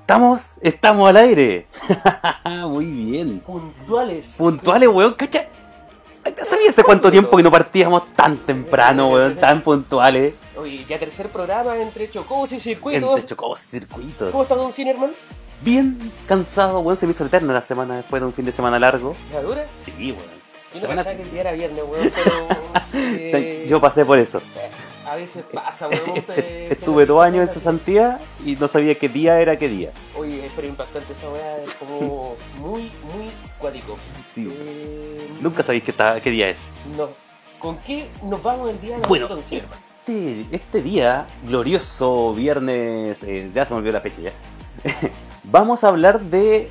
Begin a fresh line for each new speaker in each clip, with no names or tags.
Estamos, estamos al aire. Muy bien.
Puntuales.
Puntuales, weón, cacha. ¿Sabías hace cuánto tiempo que no partíamos tan temprano, weón? Tan puntuales.
Oye, ya tercer programa entre chocos y circuitos.
Entre chocos, circuitos.
¿Cómo está Don Cinerman?
Bien cansado, weón. Se me hizo eterna la semana después de un fin de semana largo.
¿La dura?
Sí, weón.
Yo no
Semana-
pensaba que el día era viernes, weón, pero... eh,
Yo pasé por eso.
A veces pasa, weón.
Est-
te-
Estuve
te-
dos años en cesantía y no sabía qué día era qué día.
Oye, pero impactante esa weá, es como muy, muy cuático.
Sí, weón.
Eh,
Nunca sabéis qué, ta- qué día es.
No. ¿Con qué nos vamos el día de
Bueno,
Don Cinerman?
Este, este día, glorioso viernes, eh, ya se me olvidó la fecha ya. vamos a hablar de.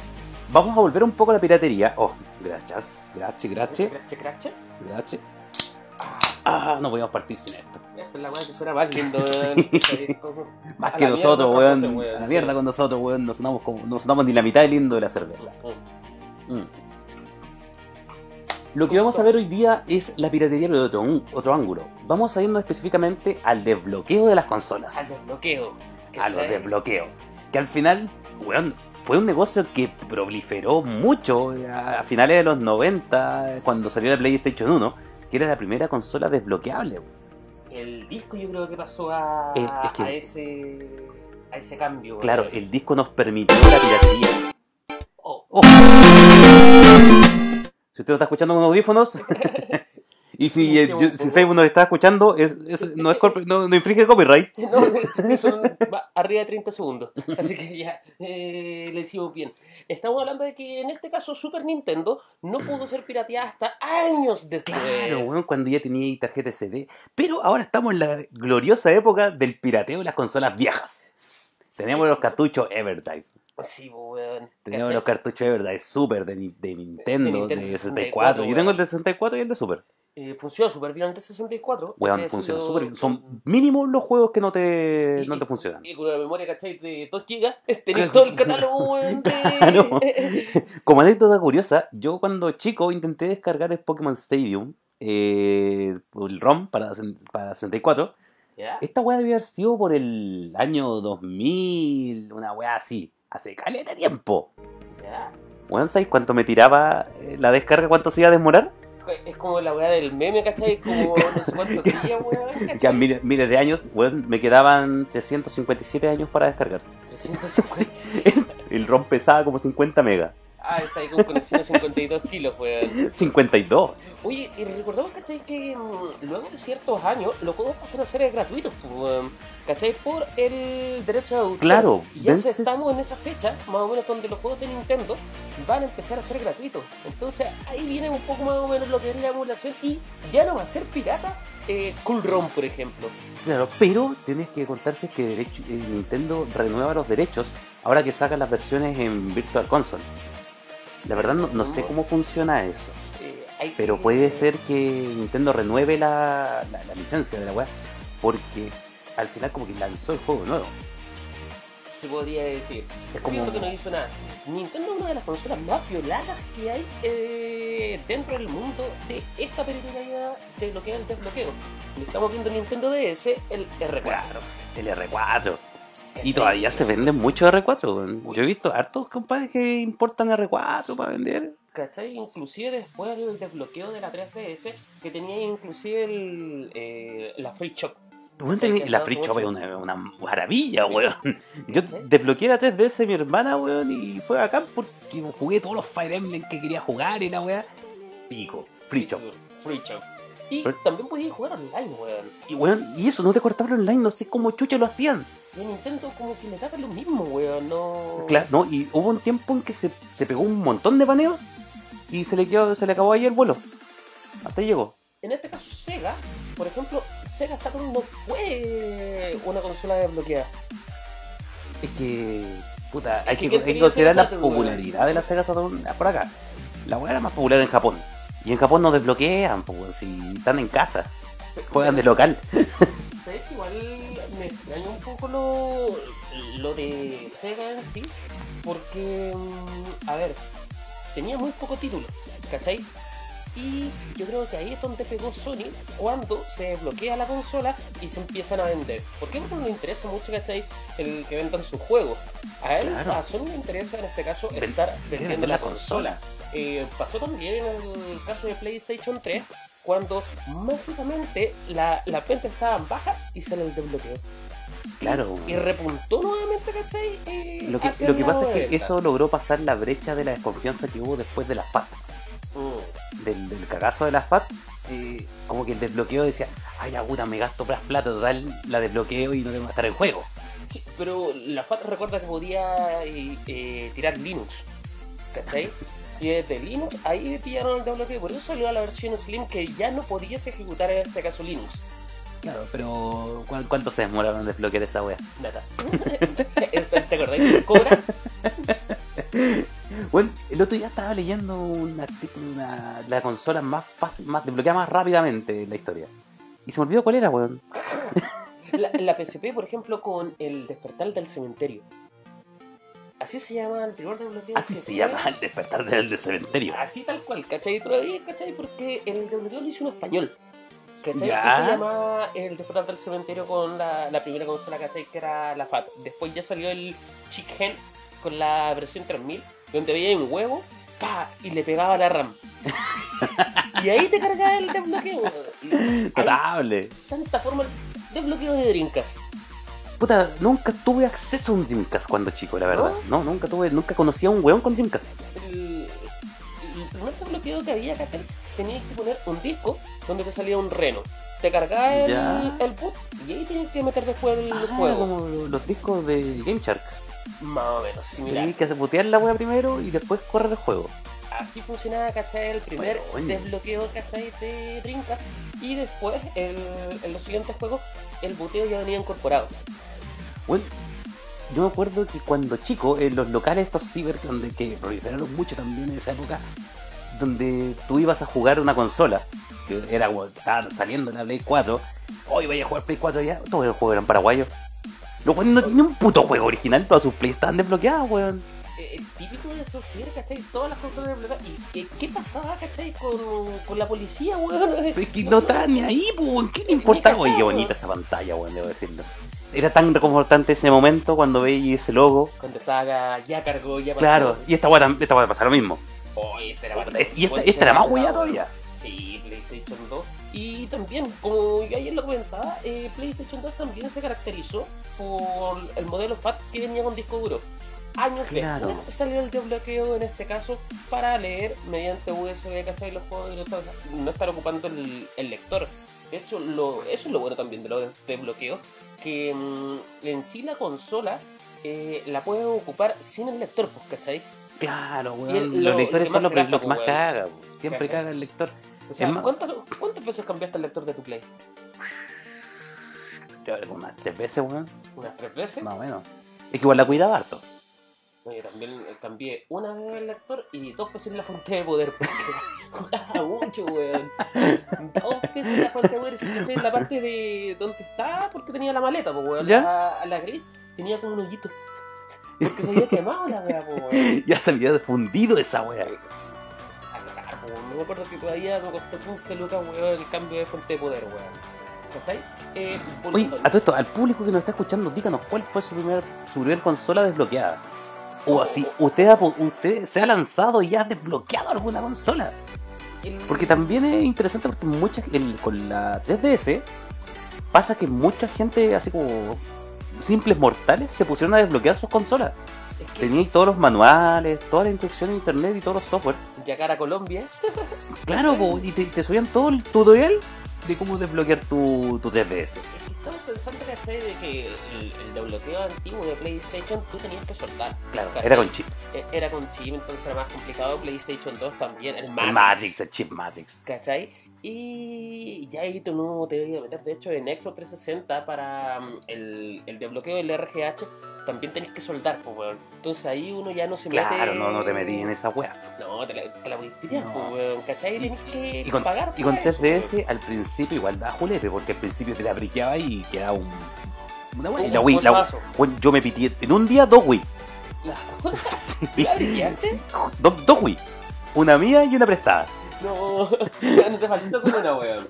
Vamos a volver un poco a la piratería. Oh, gracias, gracias, gracias,
Crache, crache.
gracias. Ah, no podíamos partir sin esto.
Es Eh, pues la weá que suena más lindo, weón. Eh, como-
Más
A
que
la mierda
nosotros,
con
weón.
José, weón,
A la
sí.
mierda con nosotros, weón. No sonamos, como, no sonamos ni la mitad de lindo de la cerveza.
eh,
Mm. Lo que vamos a ver hoy día es la piratería, pero de otro, un- otro ángulo. Vamos a irnos específicamente al desbloqueo de las consolas.
Al desbloqueo.
a los
¿cachai?
desbloqueos. Que al final, weón, fue un negocio que proliferó mucho eh, a a finales de los 90, cuando salió la PlayStation 1, que era la primera consola desbloqueable. weón.
El disco yo creo que pasó a,
Eh, es que-
a ese a ese cambio. weón.
Claro, el disco nos permitió la piratería.
Oh,
¡Oh! Si usted no está escuchando con audífonos. Y si, eh, yo- si Facebook nos está escuchando, es, es- no, es corp- no- no infringe el copyright.
no, son va arriba de 30 segundos. Así que ya, eh, le decimos bien. Estamos hablando de que en este caso Super Nintendo no pudo ser pirateada hasta años después.
Claro, weón, cuando ya tenía ahí tarjeta SD. Pero ahora estamos en la gloriosa época del pirateo de las consolas viejas. Teníamos los cartuchos Everdrive.
Sí, weón.
Teníamos
¿cachai?
los cartuchos Everdrive Super de, Ni- de Nintendo, de,
De Nintendo
64.
64,
Yo tengo el
weón.
de 64 y el de Super.
Eh, funcionó súper bien antes 64.
Weón,
Este
funciona
sido-
súper bien. Son mínimos los juegos que no te,
Y-
no te funcionan.
Y con la memoria, ¿cachai? De 2 gigas, tenés todo el catálogo, weón. de-
Claro. Como anécdota curiosa, yo cuando chico intenté descargar el Pokémon Stadium, eh, el ROM para, para 64.
¿Ya?
Esta weá debía haber sido por el año 2000, una weá así. Hace caleta tiempo.
¿Ya?
Weón, ¿sabes cuánto me tiraba eh, la descarga? ¿Cuánto se iba a desmorar?
Es como la weá del meme, ¿cachai? Como no sé cuántos días, weón. ¿cachai?
Ya miles, miles de años, weón, me quedaban 357 años para descargar.
350.
El ROM pesaba como 50 megas.
Ah, está ahí con conexión a 52 kilos, weón.
52.
Oye, y recordamos, ¿cachai? Que mm, luego de ciertos años los juegos pasaron a ser gratuitos, pues, weón. ¿Cachai? Por el derecho de autor.
Claro,
Y ya
entonces-
estamos en esa fecha, más o menos, donde los juegos de Nintendo van a empezar a ser gratuitos. Entonces ahí viene un poco más o menos lo que es la emulación y ya no va a ser pirata eh, Cool Ron, por ejemplo.
Claro, pero tienes que contarse que derecho- eh, Nintendo renueva los derechos ahora que sacan las versiones en Virtual Console. La verdad no, no sé cómo funciona eso,
Eh, hay-
pero puede ser que Nintendo renueve la, la- la licencia de la web porque al final como que lanzó el juego nuevo.
Se podría decir.
Es como...
Como... que no hizo nada. Nintendo es una de las consolas más violadas que hay eh, dentro del mundo de esta periodicidad de lo que es el desbloqueo. Estamos viendo el Nintendo DS, el R4.
Claro, el R4. Y todavía se venden muchos R4. weón. Yo he visto hartos compadres que importan R4 para vender.
¿Cachai? Inclusive después del desbloqueo de la 3DS, que tenía inclusive el, eh, la Free Shop.
Weón,
Sí,
tenés-
que
la
son
Free Shop es
muchos.
una, una maravilla, weón. Yo
¿Sí?
desbloqueé la 3DS de mi hermana, weón, y fue acá porque jugué todos los Fire Emblem que quería jugar y la weá. Pico, Free Shop.
Free Shop. Y
Pero-
también podías jugar online, weón.
Y weón, y eso, no te cortaban online, no sé cómo chucha lo hacían.
Y a Nintendo como que le daba lo mismo, weón. No...
Claro, no, y hubo un tiempo en que se, se pegó un montón de baneos y se le quedó, se le acabó ahí el vuelo. Hasta ahí llegó.
En este caso Sega, por ejemplo, Sega Saturn no fue una consola desbloqueada.
Es que. Puta, hay
que
que,
¿quién
hay que
tenía
considerar
Sega
la
Saturn, weón?
popularidad de la Sega Saturn por acá. La weá era más popular en Japón. Y en Japón no desbloquean, pues, weón, si están en casa. Juegan de local.
¿Sabes que Igual me extraña un poco lo, lo de Sega en sí, porque, mm, a ver, tenía muy poco título, ¿cachai? Y yo creo que ahí es donde pegó Sony cuando se desbloquea la consola y se empiezan a vender. ¿Por qué? Porque no le interesa mucho, ¿cachai? El que vendan sus juegos. A él,
Claro.
a Sony le interesa en este caso
Ven-
estar
vender
vendiendo
la
la consola. Eh, pasó también en el caso de PlayStation 3 cuando mágicamente la- las ventas estaban bajas y se les desbloqueó.
Claro.
Y repuntó nuevamente, ¿cachai? Eh,
Lo que,
hacia
lo que
la
pasa es que
venta.
eso logró pasar la brecha de la desconfianza que hubo después de la FAT.
Mm,
Del, del cagazo de la FAT, eh, como que el desbloqueo decía, ay, la puta, me gasto más plata, total, la desbloqueo y no tengo que estar en juego.
sí, pero la FAT recuerda que podía eh, eh, tirar Linux, ¿cachai? Y desde Linux ahí pillaron el desbloqueo. Por eso salió la versión Slim que ya no podías ejecutar en este caso Linux.
Claro, pero ¿cu- ¿cuánto se demoraron en desbloquear esa wea?
Nata. Esto, ¿Te acordáis de Cobra?
Bueno, el otro día estaba leyendo un artículo, una, la consola más fácil, más desbloqueada más rápidamente en la historia. Y se me olvidó cuál era, weón.
La, la PSP, por ejemplo, con el despertar del cementerio. Así se llama el primer desbloqueo.
Así
que
se
fue.
llama el despertar del, del cementerio.
Así tal cual, ¿cachai? Todavía, ¿cachai? Porque el desbloqueo lo hizo un español. ¿Cachai?
Ya.
Y se llamaba el despertar del cementerio con la, la primera consola, ¿cachai? Que era la FAT. Después ya salió el Chick Hen con la versión 3000, donde veía un huevo, ¡pa! Y le pegaba la RAM. y ahí te cargaba el desbloqueo. Y hay
Notable.
tanta forma el desbloqueo de Dreamcast.
Puta, nunca tuve acceso a un Dreamcast cuando chico, la verdad. No, nunca tuve, nunca conocí a un weón con Dreamcast.
el, el primer desbloqueo que había, ¿cachai? Tenías que poner un disco donde te salía un reno. Te cargaba el,
Ya.
el boot y ahí tenías que meter después el
Ah,
juego.
como los discos de Game Sharks.
Más o menos similar.
Tenías que botear la wea primero y después correr el juego.
Así funcionaba, ¿cachai? El primer
Bueno.
desbloqueo, ¿cachai? De Dreamcast. Y después, el- en los siguientes juegos, el boteo ya venía incorporado.
Bueno, yo me acuerdo que cuando chico, en los locales estos ciber donde que proliferaron mucho también en esa época, donde tú ibas a jugar una consola, que era como estaban saliendo la Play 4, hoy vaya a jugar Play 4 ya, todos los juegos eran paraguayos. Lo cual no tiene un puto juego original, todas sus plays están desbloqueadas, weón.
Eh, eh, típico de esos sí, ¿cachai? Todas las consolas desbloqueadas. ¿Y eh, qué pasaba, ¿cachai? Con, con la policía, weón.
Es que no estaban ni ahí, pues, weón, ¿qué le importaba?
cachado,
Oye, qué
weón.
bonita esa pantalla, weón, debo decirlo. Era tan reconfortante ese momento cuando veis ese logo.
Cuando estaba acá, ya cargó, ya
Claro, y esta weá tam- esta weá pasa lo mismo.
Oh, y esta era,
Y esta, esta era más weá
huella
todavía.
Sí, PlayStation 2. Y también, como yo ayer lo comentaba, eh, PlayStation 2 también se caracterizó por el modelo FAT que venía con disco duro. Años
Claro.
después salió el desbloqueo en este caso para leer mediante USB, ¿cachai? Los juegos directos, no estar ocupando el, el lector. De hecho, lo, eso es lo bueno también de los desbloqueos, que mm, en sí la consola eh, la puedes ocupar sin el lector, pues, ¿cachai?
Claro,
Y el-
weón.
lo-
Los lectores
lo que
son los
más se
que
gasta,
los que más
weón.
caga, weón. Siempre
Cachai.
caga el lector.
O sea,
Es más-
¿cuántas, ¿cuántas veces cambiaste el lector de tu Play?
Yo creo que unas tres veces, weón.
¿Unas tres veces?
Más o menos. Es que igual la cuidaba harto.
No, yo también eh, cambié una vez el lector y dos veces la fuente de poder, porque jugaba mucho, weón. Dos veces la fuente de poder, si cachai, en la parte de donde está, porque tenía la maleta, pues, weón.
¿Ya?
La, la gris tenía como un hoyito. Porque se había quemado la weá, pues, weón.
Ya se había fundido esa weá.
A cagar, po, weón. Me acuerdo que todavía me costó 15 lucas, weón, el cambio de fuente de poder, weón. ¿Cachai? Eh,
Oye,
volviendo-
a todo esto, al público que nos está escuchando, díganos cuál fue su primer, su primer consola desbloqueada. O así, usted, ha- usted se ha lanzado y ha desbloqueado alguna consola.
el-
Porque también es interesante porque muchas, el- con la 3DS pasa que mucha gente, así como simples mortales, se pusieron a desbloquear sus consolas.
es que
Teníais todos los manuales, todas las instrucciones de internet y todos los software.
llegar a Colombia
Claro, po, y te, te subían todo el tutorial de cómo desbloquear tu, tu 3DS.
Es que estamos pensando ¿cachai? de que el, el desbloqueo antiguo de PlayStation tú tenías que soltar.
Claro,
¿cachai?
era con chip.
E- Era con chip, entonces era más complicado. PlayStation 2 también, el
El
Matrix.
Matrix, el chip Matrix.
¿Cachai? Y ya ahí tú no te voy a meter. De hecho, en Exo 360 para mm, el, el desbloqueo del RGH también tenés que soldar, pues, weón. Entonces ahí uno ya no se mete.
Claro, no, no te metí en esa wea.
No, te la, te la voy a tirar,
No.
pues, weón. ¿Cachai? Tenés que
Y con,
pagar.
y con
por eso,
3DS al principio igual daba julete, porque al principio te la briqueaba y quedaba un. Una wea.
weón.
Y la Wii,
Un
la
cosazo.
Bueno, yo me pitié en un día dos Wii.
La- ¿La briqueaste?
Do- dos Wii. Una mía y una prestada.
No, como. Bueno, te faltó como una weón.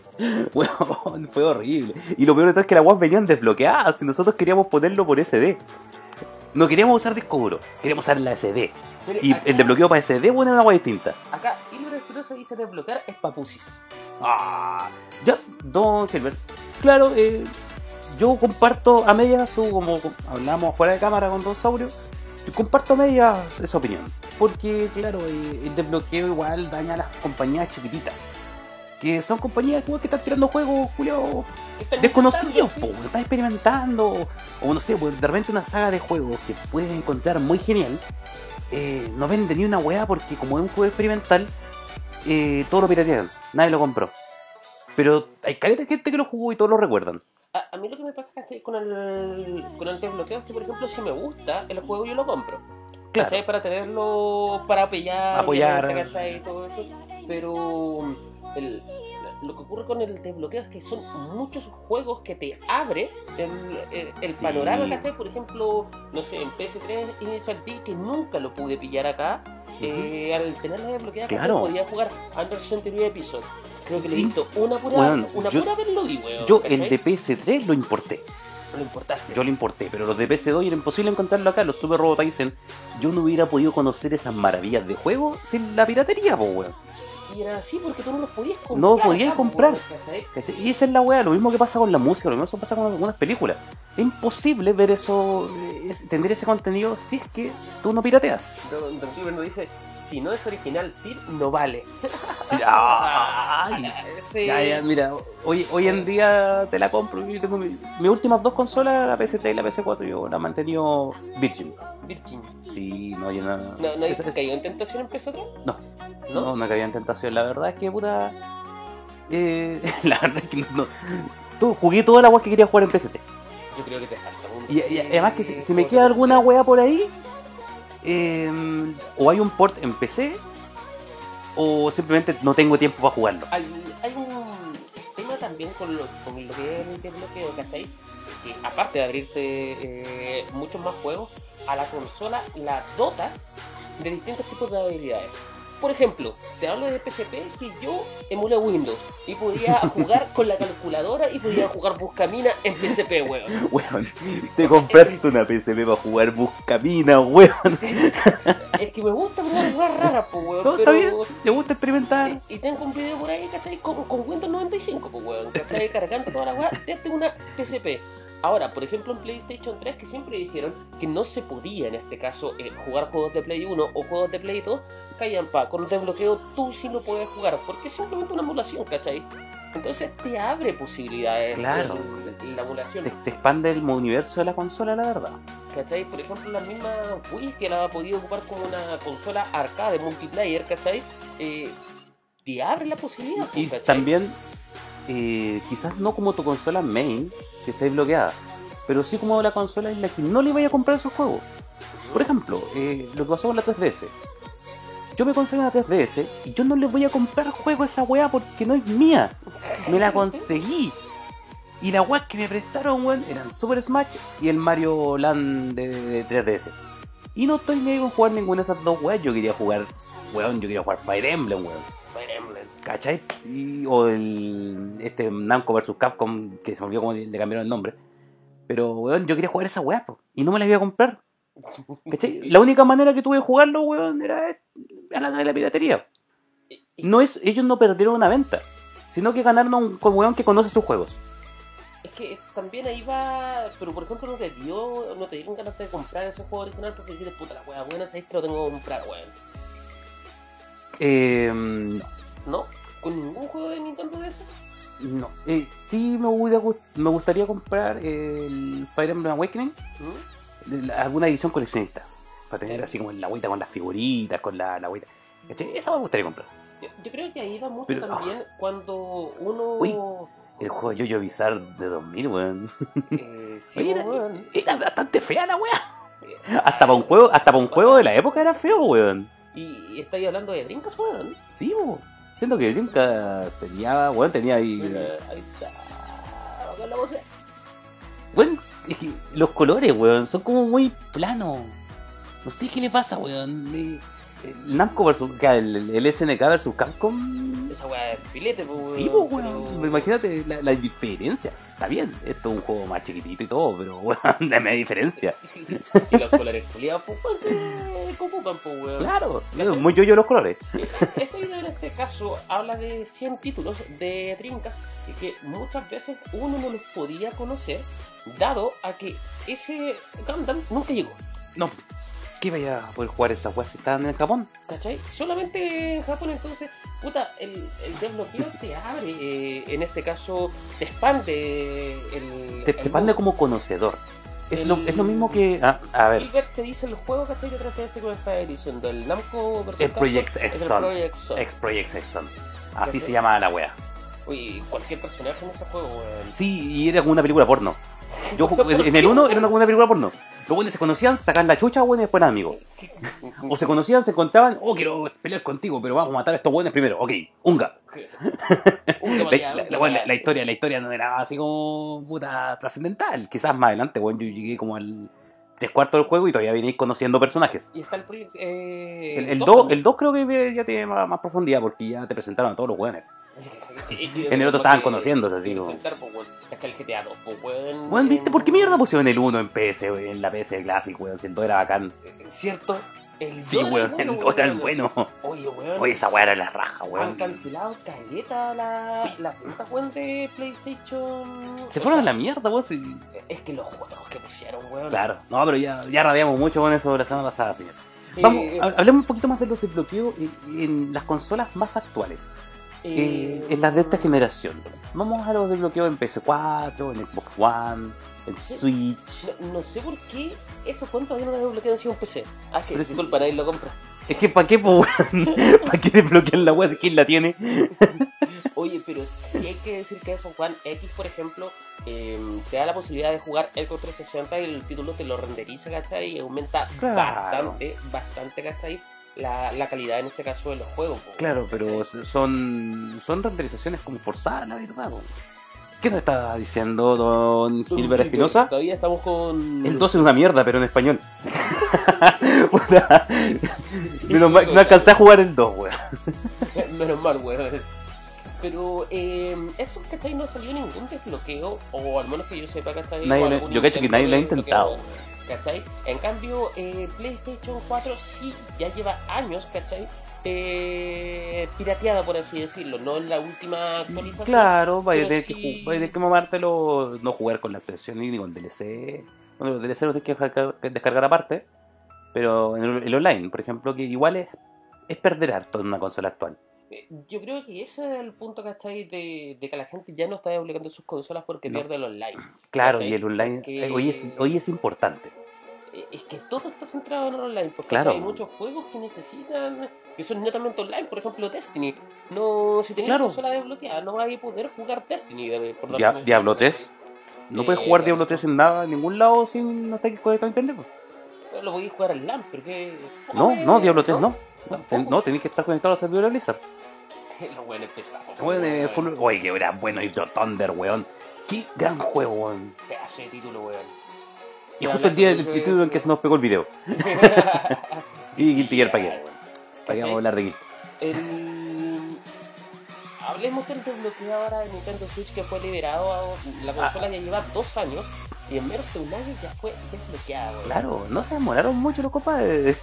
Weón, fue horrible. Y lo peor de todo es que las weas venían desbloqueadas y nosotros queríamos ponerlo por SD. No queríamos usar disco duro, queríamos usar la SD.
Pero
Y
acá,
el desbloqueo para SD, bueno, era una wea distinta.
Acá, hilo refuroso dice desbloquear es papusis.
Ah, ya, don Gilbert. Claro, eh, yo comparto a medias, su, como hablamos fuera de cámara con Don Saurio, yo comparto a medias esa opinión. Porque, claro, eh, el desbloqueo igual daña a las compañías chiquititas. Que son compañías igual que están tirando juegos, Julio,
Están
desconocidos, po,
intentando,
weón, están experimentando. O no sé, weón, de repente una saga de juegos que puedes encontrar muy genial, eh, no vende ni una weá porque como es un juego experimental, eh, todo lo piratearon, nadie lo compró. Pero hay caleta de gente que lo jugó y todos lo recuerdan.
sí. a, a mí lo que me pasa es que con el, con el desbloqueo es que, por ejemplo, si me gusta el juego, yo lo compro.
Claro.
¿cachai? Para tenerlo, para apoyar,
Apoyar.
obviamente, ¿cachai? Y todo eso. Pero el- lo que ocurre con el desbloqueo es que son muchos juegos que te abre el, el- el
Sí.
panorama, ¿cachai? Por ejemplo, no sé, en PS3 Initial D, que nunca lo pude pillar acá, eh, al tenerla desbloqueada, ¿cachai?
Claro.
podía jugar Under 69 episodios. Creo que le he
Sí.
visto una pura,
Weón,
una
yo-
pura vez lo vi, weón.
Yo
¿cachai?
el de PS3 lo importé.
Lo importaste.
Yo lo importé, pero los de PS2 era imposible encontrarlo acá, los Super Robot Tyson. Yo no hubiera podido conocer esas maravillas de juego sin la piratería, po, weón.
Y era así porque tú no lo podías comprar.
No podías
acá, weón,
comprar.
¿cachai?
¿Cachai? Y esa es la weá, lo mismo que pasa con la música, lo mismo que pasa con algunas películas. Es imposible ver eso, eh, es- tener ese contenido si es que tú no pirateas.
Don, Don Gilbert nos dice, si no es original Sir, no vale. Ah,
Así, ¡ay!
Sí.
Ya, ya, mira, hoy, hoy en día te la compro. Yo tengo mi- mis últimas dos consolas, la PS3 y la PS4, yo la he mantenido virgin.
Virgin.
Sí, no, yo no.
¿No, no hay
esa- esa-
caído en tentación en PS3?
No.
¿No?
No, no cabía en tentación. La verdad es que, puta. eh, la verdad es que no. no. Tú, jugué toda la weá que quería jugar en PS3.
Yo creo que te falta uno.
Y, y además que si, si me
Otro.
queda alguna weá por ahí, eh, o hay un port en PC, o simplemente no tengo tiempo para jugarlo.
Hay, hay un tema también con lo, con lo que es el desbloqueo, ¿cachai? Que aparte de abrirte eh, muchos más juegos, a la consola la dota de distintos tipos de habilidades. Por ejemplo, te hablo de PSP que yo emulé Windows y podía jugar con la calculadora y podía jugar Buscamina en PSP, weón.
Weón, te compraste una PSP para jugar Buscamina, weón.
Es que me gusta jugar cosas raras, pues, weón.
Todo está
pero-
bien, te gusta experimentar.
Y tengo un video por ahí, ¿cachai? Con, con Windows 95, pues, weón, ¿cachai? Cargando toda la weá desde una PSP. Ahora, por ejemplo, en PlayStation 3, que siempre dijeron que no se podía, en este caso, eh, jugar juegos de Play 1 o juegos de Play 2, callan pa, con un desbloqueo tú sí lo puedes jugar, porque es simplemente una emulación, ¿cachai? Entonces te abre posibilidades
Claro.
el- la emulación.
Te, te expande el universo de la consola, la verdad.
¿Cachai? Por ejemplo, la misma Wii que la ha podido ocupar como una consola arcade multiplayer, ¿cachai? Eh, te abre la posibilidad. pues,
Y
¿cachai?
también, eh, quizás no como tu consola main, que está bloqueada, pero sí como la consola en la que no le vaya a comprar esos juegos. Por ejemplo, eh, lo que pasó con la 3DS. Yo me conseguí una 3DS y yo no le voy a comprar juego a esa weá porque no es mía. Me la conseguí. Y las weas que me prestaron, weón, eran Super Smash y el Mario Land de, de 3DS. Y no estoy medio con jugar ninguna de esas dos weas. Yo quería jugar, weón, yo quería jugar Fire Emblem, weón.
Fire Emblem.
¿Cachai? Y- o el. Este Namco vs Capcom, que se me olvidó cómo le cambiaron el nombre. Pero, weón, yo quería jugar esa weá, po, y no me la iba a comprar. ¿Cachai? La única manera que tuve de jugarlo, weón, era eh, a la de la piratería.
Y- y
No es, ellos no perdieron una venta, sino que ganaron un con weón que conoce sus juegos.
Es que también ahí va. Pero por ejemplo, no te dio. No te dieron ganas de comprar ese juego original porque dices puta la wea buena, sabéis que lo tengo que comprar, weón.
Eh, no.
No, con ningún juego de Nintendo de eso.
no. Eh, sí me, hubiera gust- me gustaría comprar el Fire Emblem Awakening,
¿Mm?
la- alguna edición coleccionista. Para tener así como la agüita con las figuritas, con la, la agüita. ¿Cachai? Esa me gustaría comprar.
Yo, yo creo que ahí va mucho
Pero- ah.
también cuando uno.
Uy. El juego Yo-Yo Bizarre de 2000, weón.
Eh, sí,
Oye, era,
weón.
eh, era bastante fea la weá.
Eh,
Hasta para un juego, hasta para un juego de la época era feo, weón.
Y, y estáis hablando de Drinkas, weón.
Sí, weón. Siento que Dreamcast tenía, weón, tenía ahí. eh,
Ahí está. Con la voz.
Weón, es que los colores, weón, son como muy planos. No eh, sé qué le pasa, weón. Eh, El Namco versus. que El, el SNK versus Capcom
Esa weá es filete, pues,
Sí, pues, weón. Imagínate la, la diferencia. Está bien, esto es un juego más chiquitito y todo, pero, weón, la media diferencia.
Y los colores culiados, pues, weón, que convocan, pues, weón.
Claro, es muy yo-yo los colores.
Este video en este caso habla de 100 títulos de Dreamcast y que muchas veces uno no los podía conocer, dado a que ese Gundam nunca llegó.
No, ¿qué vaya a poder jugar esas weas si están en Japón?
¿Cachai? Solamente en Japón entonces, puta, el, el desbloqueo te abre, eh, en este caso te expande el...
Te,
el
te manda
mundo.
como conocedor. Es, lo,
El-
es lo mismo que. ah, a ver,
Gilbert te dice los juegos, ¿cachai? Que otras veces con esta edición del Namco versus
El
Capcom,
Project
es el
Exxon.
Project Exxon.
Ex Project Section. Así
Ujú.
se llama la wea.
Oye, cualquier personaje en ese juego, weón.
Sí, y era como una película porno. Yo ju- en, en el 1 era una, una película porno. Los buenos se conocían, sacaban la chucha, buenos y después eran amigos. O se conocían, se encontraban, oh, quiero pelear contigo, pero vamos a matar a estos buenos primero. Ok, unga.
Un
La,
caballar,
la-
un
la- bueno, la-
caballar.
la historia, la historia no era así como puta trascendental. Quizás más adelante, bueno, yo llegué como al tres cuartos del juego y todavía venís conociendo personajes.
Y está el Project. Eh,
El 2
dos
do,
también.
el dos creo que ya tiene más, más profundidad porque ya te presentaron a todos los buenos.
Y- y-
En el otro
porque-
estaban conociéndose, así
y
como-
presentar, pues, weón. Hasta el GTA 2, pues, weón.
Bueno, ¿viste por qué mierda pusieron el 1 en PS, weón, en la PS Classic, weón? Si el 2 era bacán.
Eh, ¿Cierto? El
Sí,
dos era
weón, el 2 era el bueno.
Oye, weón.
Oye, esa weá era la raja,
Han
weón.
cancelado caleta la, la puta weón de PlayStation.
Se
O
fueron a la
sea,
mierda, weón. sí.
Es que los juegos que pusieron, weón.
Claro, no, pero ya, ya rabiamos mucho con eso la semana pasada, señor.
Eh,
Vamos, ha- hablemos un poquito más de los desbloqueos en, en las consolas más actuales. eh, en las de esta generación. Vamos a los desbloqueos en PS4, en Xbox One, en Switch.
No, no sé por qué esos cuentos no los desbloquean si es un PC. Ah, que
Pero sí.
disculpa, nadie lo compra.
Es que ¿para qué, po, weón? ¿Para qué desbloquean la weá si quién la tiene?
Oye, pero si hay que decir que Son Juan X, por ejemplo, eh, te da la posibilidad de jugar Xbox 360 y el título te lo renderiza, ¿cachai? Y aumenta
Claro.
bastante, bastante, ¿cachai? La, la calidad en este caso de los juegos. po,
Claro, pero
¿cachai?
s- son, son renderizaciones como forzadas, la verdad. po. ¿Qué nos está diciendo don Gilbert Espinosa?
Todavía estamos con.
El 12 es una mierda, pero en español. Puta. Menos mal que no alcancé a jugar el 2, weón.
Menos mal, weón. Pero eh, Xbox, ¿cachai? No salió ningún desbloqueo, o al menos que yo sepa, ¿cachai?
Nadie
O
lo-
algún
yo cacho que
intento
nadie lo ha
de
intentado.
bloqueo, ¿cachai? En cambio, eh, PlayStation 4 sí ya lleva años, ¿cachai? Eh, pirateada, por así decirlo, no en la última actualización.
Claro, vaya a
pero
tener que,
sí.
ju- vaya a tener que mamártelo, no jugar con la actualización ni con DLC. Bueno, los DLC los tienes que descargar, descargar aparte, pero en el, el online, por ejemplo, que igual es, es perder harto en una consola actual.
Eh, Yo creo que ese es el punto, ¿cachai? De, de que la gente ya no está desbloqueando sus consolas porque
No.
pierde el online.
Claro,
¿Cachai?
y el online
Porque-
eh, hoy, es, hoy es importante.
Eh, es que todo está centrado en el online, porque
Claro.
hay muchos juegos que necesitan, que son netamente online, por ejemplo Destiny. No, si tenés
Claro.
la consola desbloqueada, no vas a poder jugar Destiny. eh, por lo
Dia-
menos.
Diablo 3. No puedes
Eh,
jugar Diablo 3 en nada, en ningún lado, sin no estar conectado a internet. pues.
No Lo voy a jugar al LAN, pero que...
No, no, Diablo 3 no. No,
Tampoco.
ten- no, tenés que estar conectado a los servidores de Blizzard.
Los buenos pesados.
Weón, eh,
weón.
Full- Oye, que era bueno y Thunder, weón. Qué gran juego, weón.
Pedazo de título, weón.
Y
Ya
justo el
hablaste
día
de
del
eso,
título en que se nos pegó el video. Y Guilty Gear para qué. Para qué vamos a hablar de Guilty.
El- Hablemos del desbloqueo ahora de Nintendo Switch que fue liberado. a- La consola
Ah.
ya lleva dos años y en menos de un año ya fue desbloqueada. weón.
Claro, no se demoraron mucho los compadres.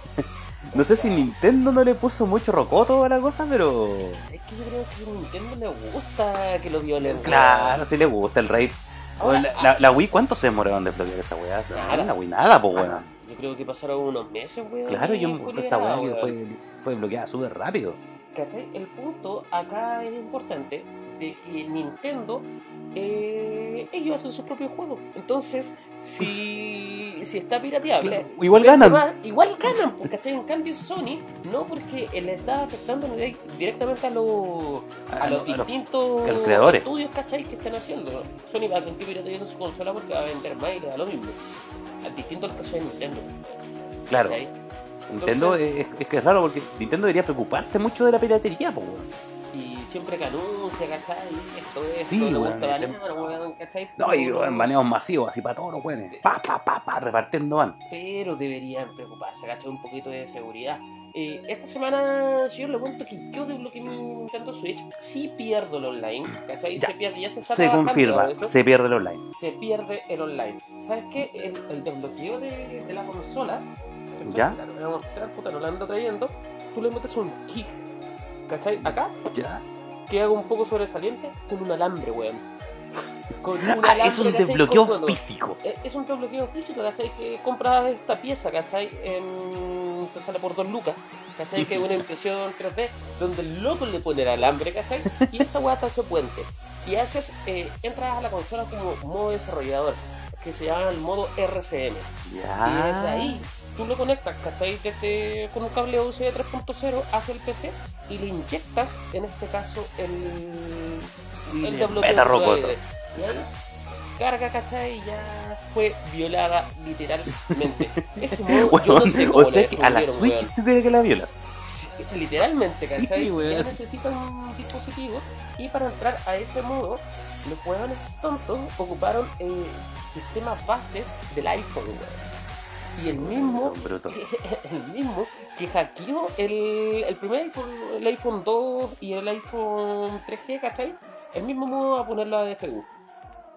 No sé si Nintendo no le puso mucho rocoto a la cosa, pero.
Es que yo creo que a Nintendo le gusta que lo violen. weón.
Claro, sí le gusta el raid.
Ahora,
La, la- la Wii, ¿cuánto se demoraron en desbloquear esa weá?
Nada.
La Wii nada, pues bueno.
Ah, Yo creo que pasaron unos meses, weón.
Claro,
y
yo
fue
esa
liberado,
weá que
weón.
fue, fue bloqueada súper rápido.
¿Cachai? El punto acá es importante de que Nintendo, eh, ellos hacen sus propios juegos. Entonces, si, si está pirateable,
Claro, igual
vende
ganan.
más, igual ganan, pues, ¿cachai? En cambio, Sony, no porque le está afectando di- directamente a, los a, los
Ah, a los-
distintos
a los creadores.
estudios, ¿cachai? Que están haciendo. ¿no? Sony va a continuar pirateando su consola porque va a vender más y le da lo mismo. Al distinto al caso de Nintendo.
Claro.
¿cachai?
Nintendo
Entonces-
es, es que es raro porque Nintendo debería preocuparse mucho de la piratería, pues weón.
Y siempre que anuncia, ¿cachai? Esto es,
Sí,
no
weón,
gusta
siempre.
banear, weón, ¿cachai?
No, y
Puro-
weón, maneos masivos, así para todos los weones. Pa, pa, pa, pa, repartiendo van.
Pero deberían preocuparse, ¿cachai? Un poquito de seguridad. Eh, esta semana, señor, le cuento que yo desbloqueé mi Nintendo Switch. Sí pierdo el online, ¿cachai?
Ya.
Se pierde, ya se está
Se
trabajando
confirma,
eso.
se pierde el online.
se pierde el online. ¿Sabes qué? El, el desbloqueo de, de la consola, ¿cachai?
¿Ya?
La- la- la- puta, no la ando trayendo, tú le metes un kick, ¿cachai? Acá
Ya.
que hago un poco sobresaliente con un alambre, weón. Con un
Ah, es
alambre,
un
¿cachai? Con
desbloqueo
juego.
físico.
Eh, Es un desbloqueo físico, ¿cachai? Que compras esta pieza, ¿cachai? En... Te sale por dos lucas, ¿cachai? Que es una impresión 3D donde el loco le pone el alambre, ¿cachai? Y esa weá te hace puente. Y haces, eh, entras a la consola como modo desarrollador, que se llama el modo RCM. Y desde
Ya.
ahí tú lo conectas, ¿cachai? Desde, con un cable USB 3.0 hacia el PC y le inyectas, en este caso, el, el desbloqueo
Beta
del
Rocoto.
droide. Y ahí carga, ¿cachai? Y ya fue violada literalmente. Ese modo, yo no
Weón,
sé cómo
o sea
le
que a la
descubrieron,
Switch
weón.
se tiene que la violas.
Sí, Literalmente,
Sí,
¿cachai? ya
weón.
necesitan un dispositivo y para entrar a ese modo, los huevones tontos ocuparon el sistema base del iPhone, weón. Y el mismo
Son brutos.
el mismo que hackeó el, el primer iPhone, el iPhone 2 y el iPhone 3G, ¿cachai? El mismo modo a ponerlo a DFU.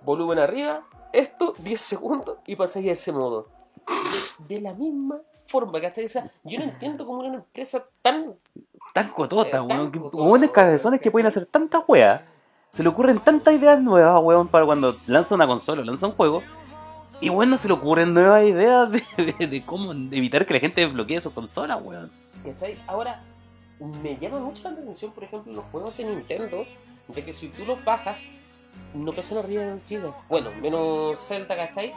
Volumen arriba, esto, 10 segundos y pasáis a ese modo. De la misma forma, ¿cachai? O sea, yo no entiendo cómo una empresa tan.
Tan
Eh,
cototas,
tan
weón. que-
cototas,
Hueones cabezones que pueden hacer tantas weas. Se le ocurren tantas ideas nuevas, weón, para cuando lanza una consola o lanza un juego. Y bueno, se le ocurren nuevas ideas de, de- de cómo evitar que la gente desbloquee su consola, weón.
¿cachai? Ahora, me llama mucho la atención, por ejemplo, los juegos de Nintendo, de que si tú los bajas, no pesan arriba de un giga. Bueno, menos Zelda, ¿cachai?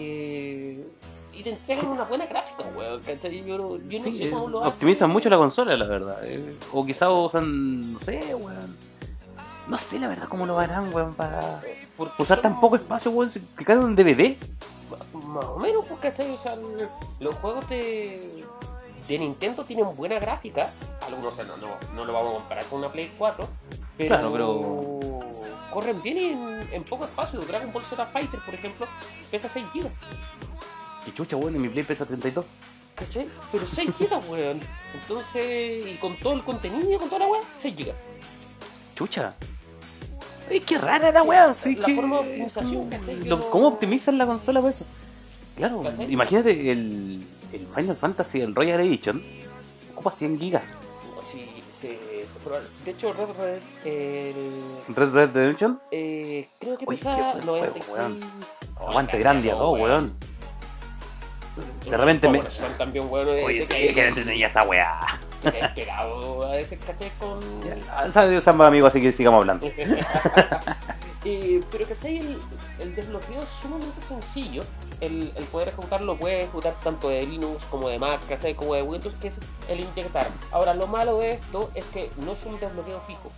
Porque. Y te entregan una buena gráfica, weón, ¿cachai? Yo, no- yo no
Sí,
sé
eh,
cómo lo hacen.
optimizan mucho la consola, la verdad. eh. O quizás usan, no sé, weón. No sé, la verdad, cómo lo harán, weón, para
Porque
usar
son-
tan poco espacio, weón, que cae un DVD.
Más o menos, pues, ¿cachai? O sea, el- los juegos de, de Nintendo tienen buena gráfica. Algunos, o sea, no, no, no lo vamos a comparar con una Play 4. Pero,
Claro, pero-
corren bien en, en poco espacio. Dragon Ball Z Fighter, por ejemplo, pesa 6 GB.
Que chucha, weón, en mi Play pesa 32.
¿Cachai? Pero 6 GB, weón. Entonces, y con todo el contenido, con toda la weá, 6 GB.
Chucha. Es que rara la weá, sí
La
que-
forma de optimización, ¿cachai?
Lo- ¿Cómo optimizan la consola para eso? Claro,
¿Cachai?
imagínate el, el Final Fantasy, el Royal Edition, ocupa 100 gigas.
Sí, sí, sí, probable. De hecho, Red Red, el-
Red Red Redemption,
eh, creo que
Uy, qué
pesaba
buen juego,
96.
weón.
Oh,
aguante
cachai,
Grandia
no,
2, weón. De repente me.
Power Stone también, weón, eh,
Oye,
te
sí,
caí-
que entretenía esa weá.
te caí pegado a veces, ¿cachai? Con-
Ya, o sea, Dios ama, amigo, así que sigamos hablando.
Eh, pero que ¿cachai? El, el desbloqueo es sumamente sencillo. El, el poder ejecutarlo puedes ejecutar tanto de Linux como de Mac, ¿cachai? Como de Windows, que es el inyectar. Ahora, lo malo de esto es que no es un desbloqueo fijo.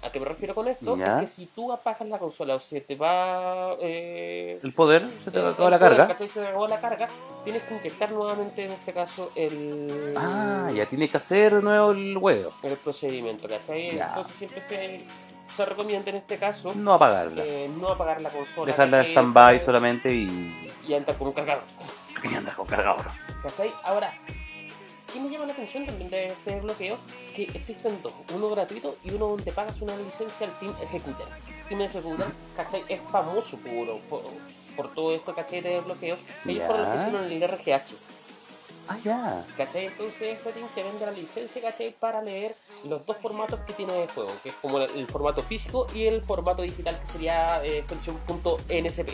¿A qué me refiero con esto?
Ya.
Es que si tú apagas la consola o se te va eh,
El poder, se te
Eh,
acaba la
el poder,
carga.
¿cachai? Se acabó la carga. Tienes que inyectar nuevamente, en este caso, el,
Ah, ya tienes que hacer de nuevo el huevo.
el procedimiento. ¿cachai?
Ya.
Entonces siempre se, se recomienda en este caso
No apagarla.
eh, no apagar la consola.
Dejarla en
¿cachai?
stand-by solamente y.
Y andar con un cargador.
Y andas con cargador.
¿cachai? Ahora, ¿qué me llama la atención también de este desbloqueo? Que existen dos, uno gratuito y uno donde pagas una licencia al Team Ejecutor. Team Ejecutor, ¿cachai? Es famoso por, por, por todo esto, ¿cachai? De desbloqueo. Ellos
Ya.
fueron los que hicieron el RGH.
Ah, ya.
¿Cachai? Entonces este team te vende la licencia, ¿cachai? Para leer los dos formatos que tiene el juego, que es como el, el formato físico y el formato digital que sería eh, extensión.nsp.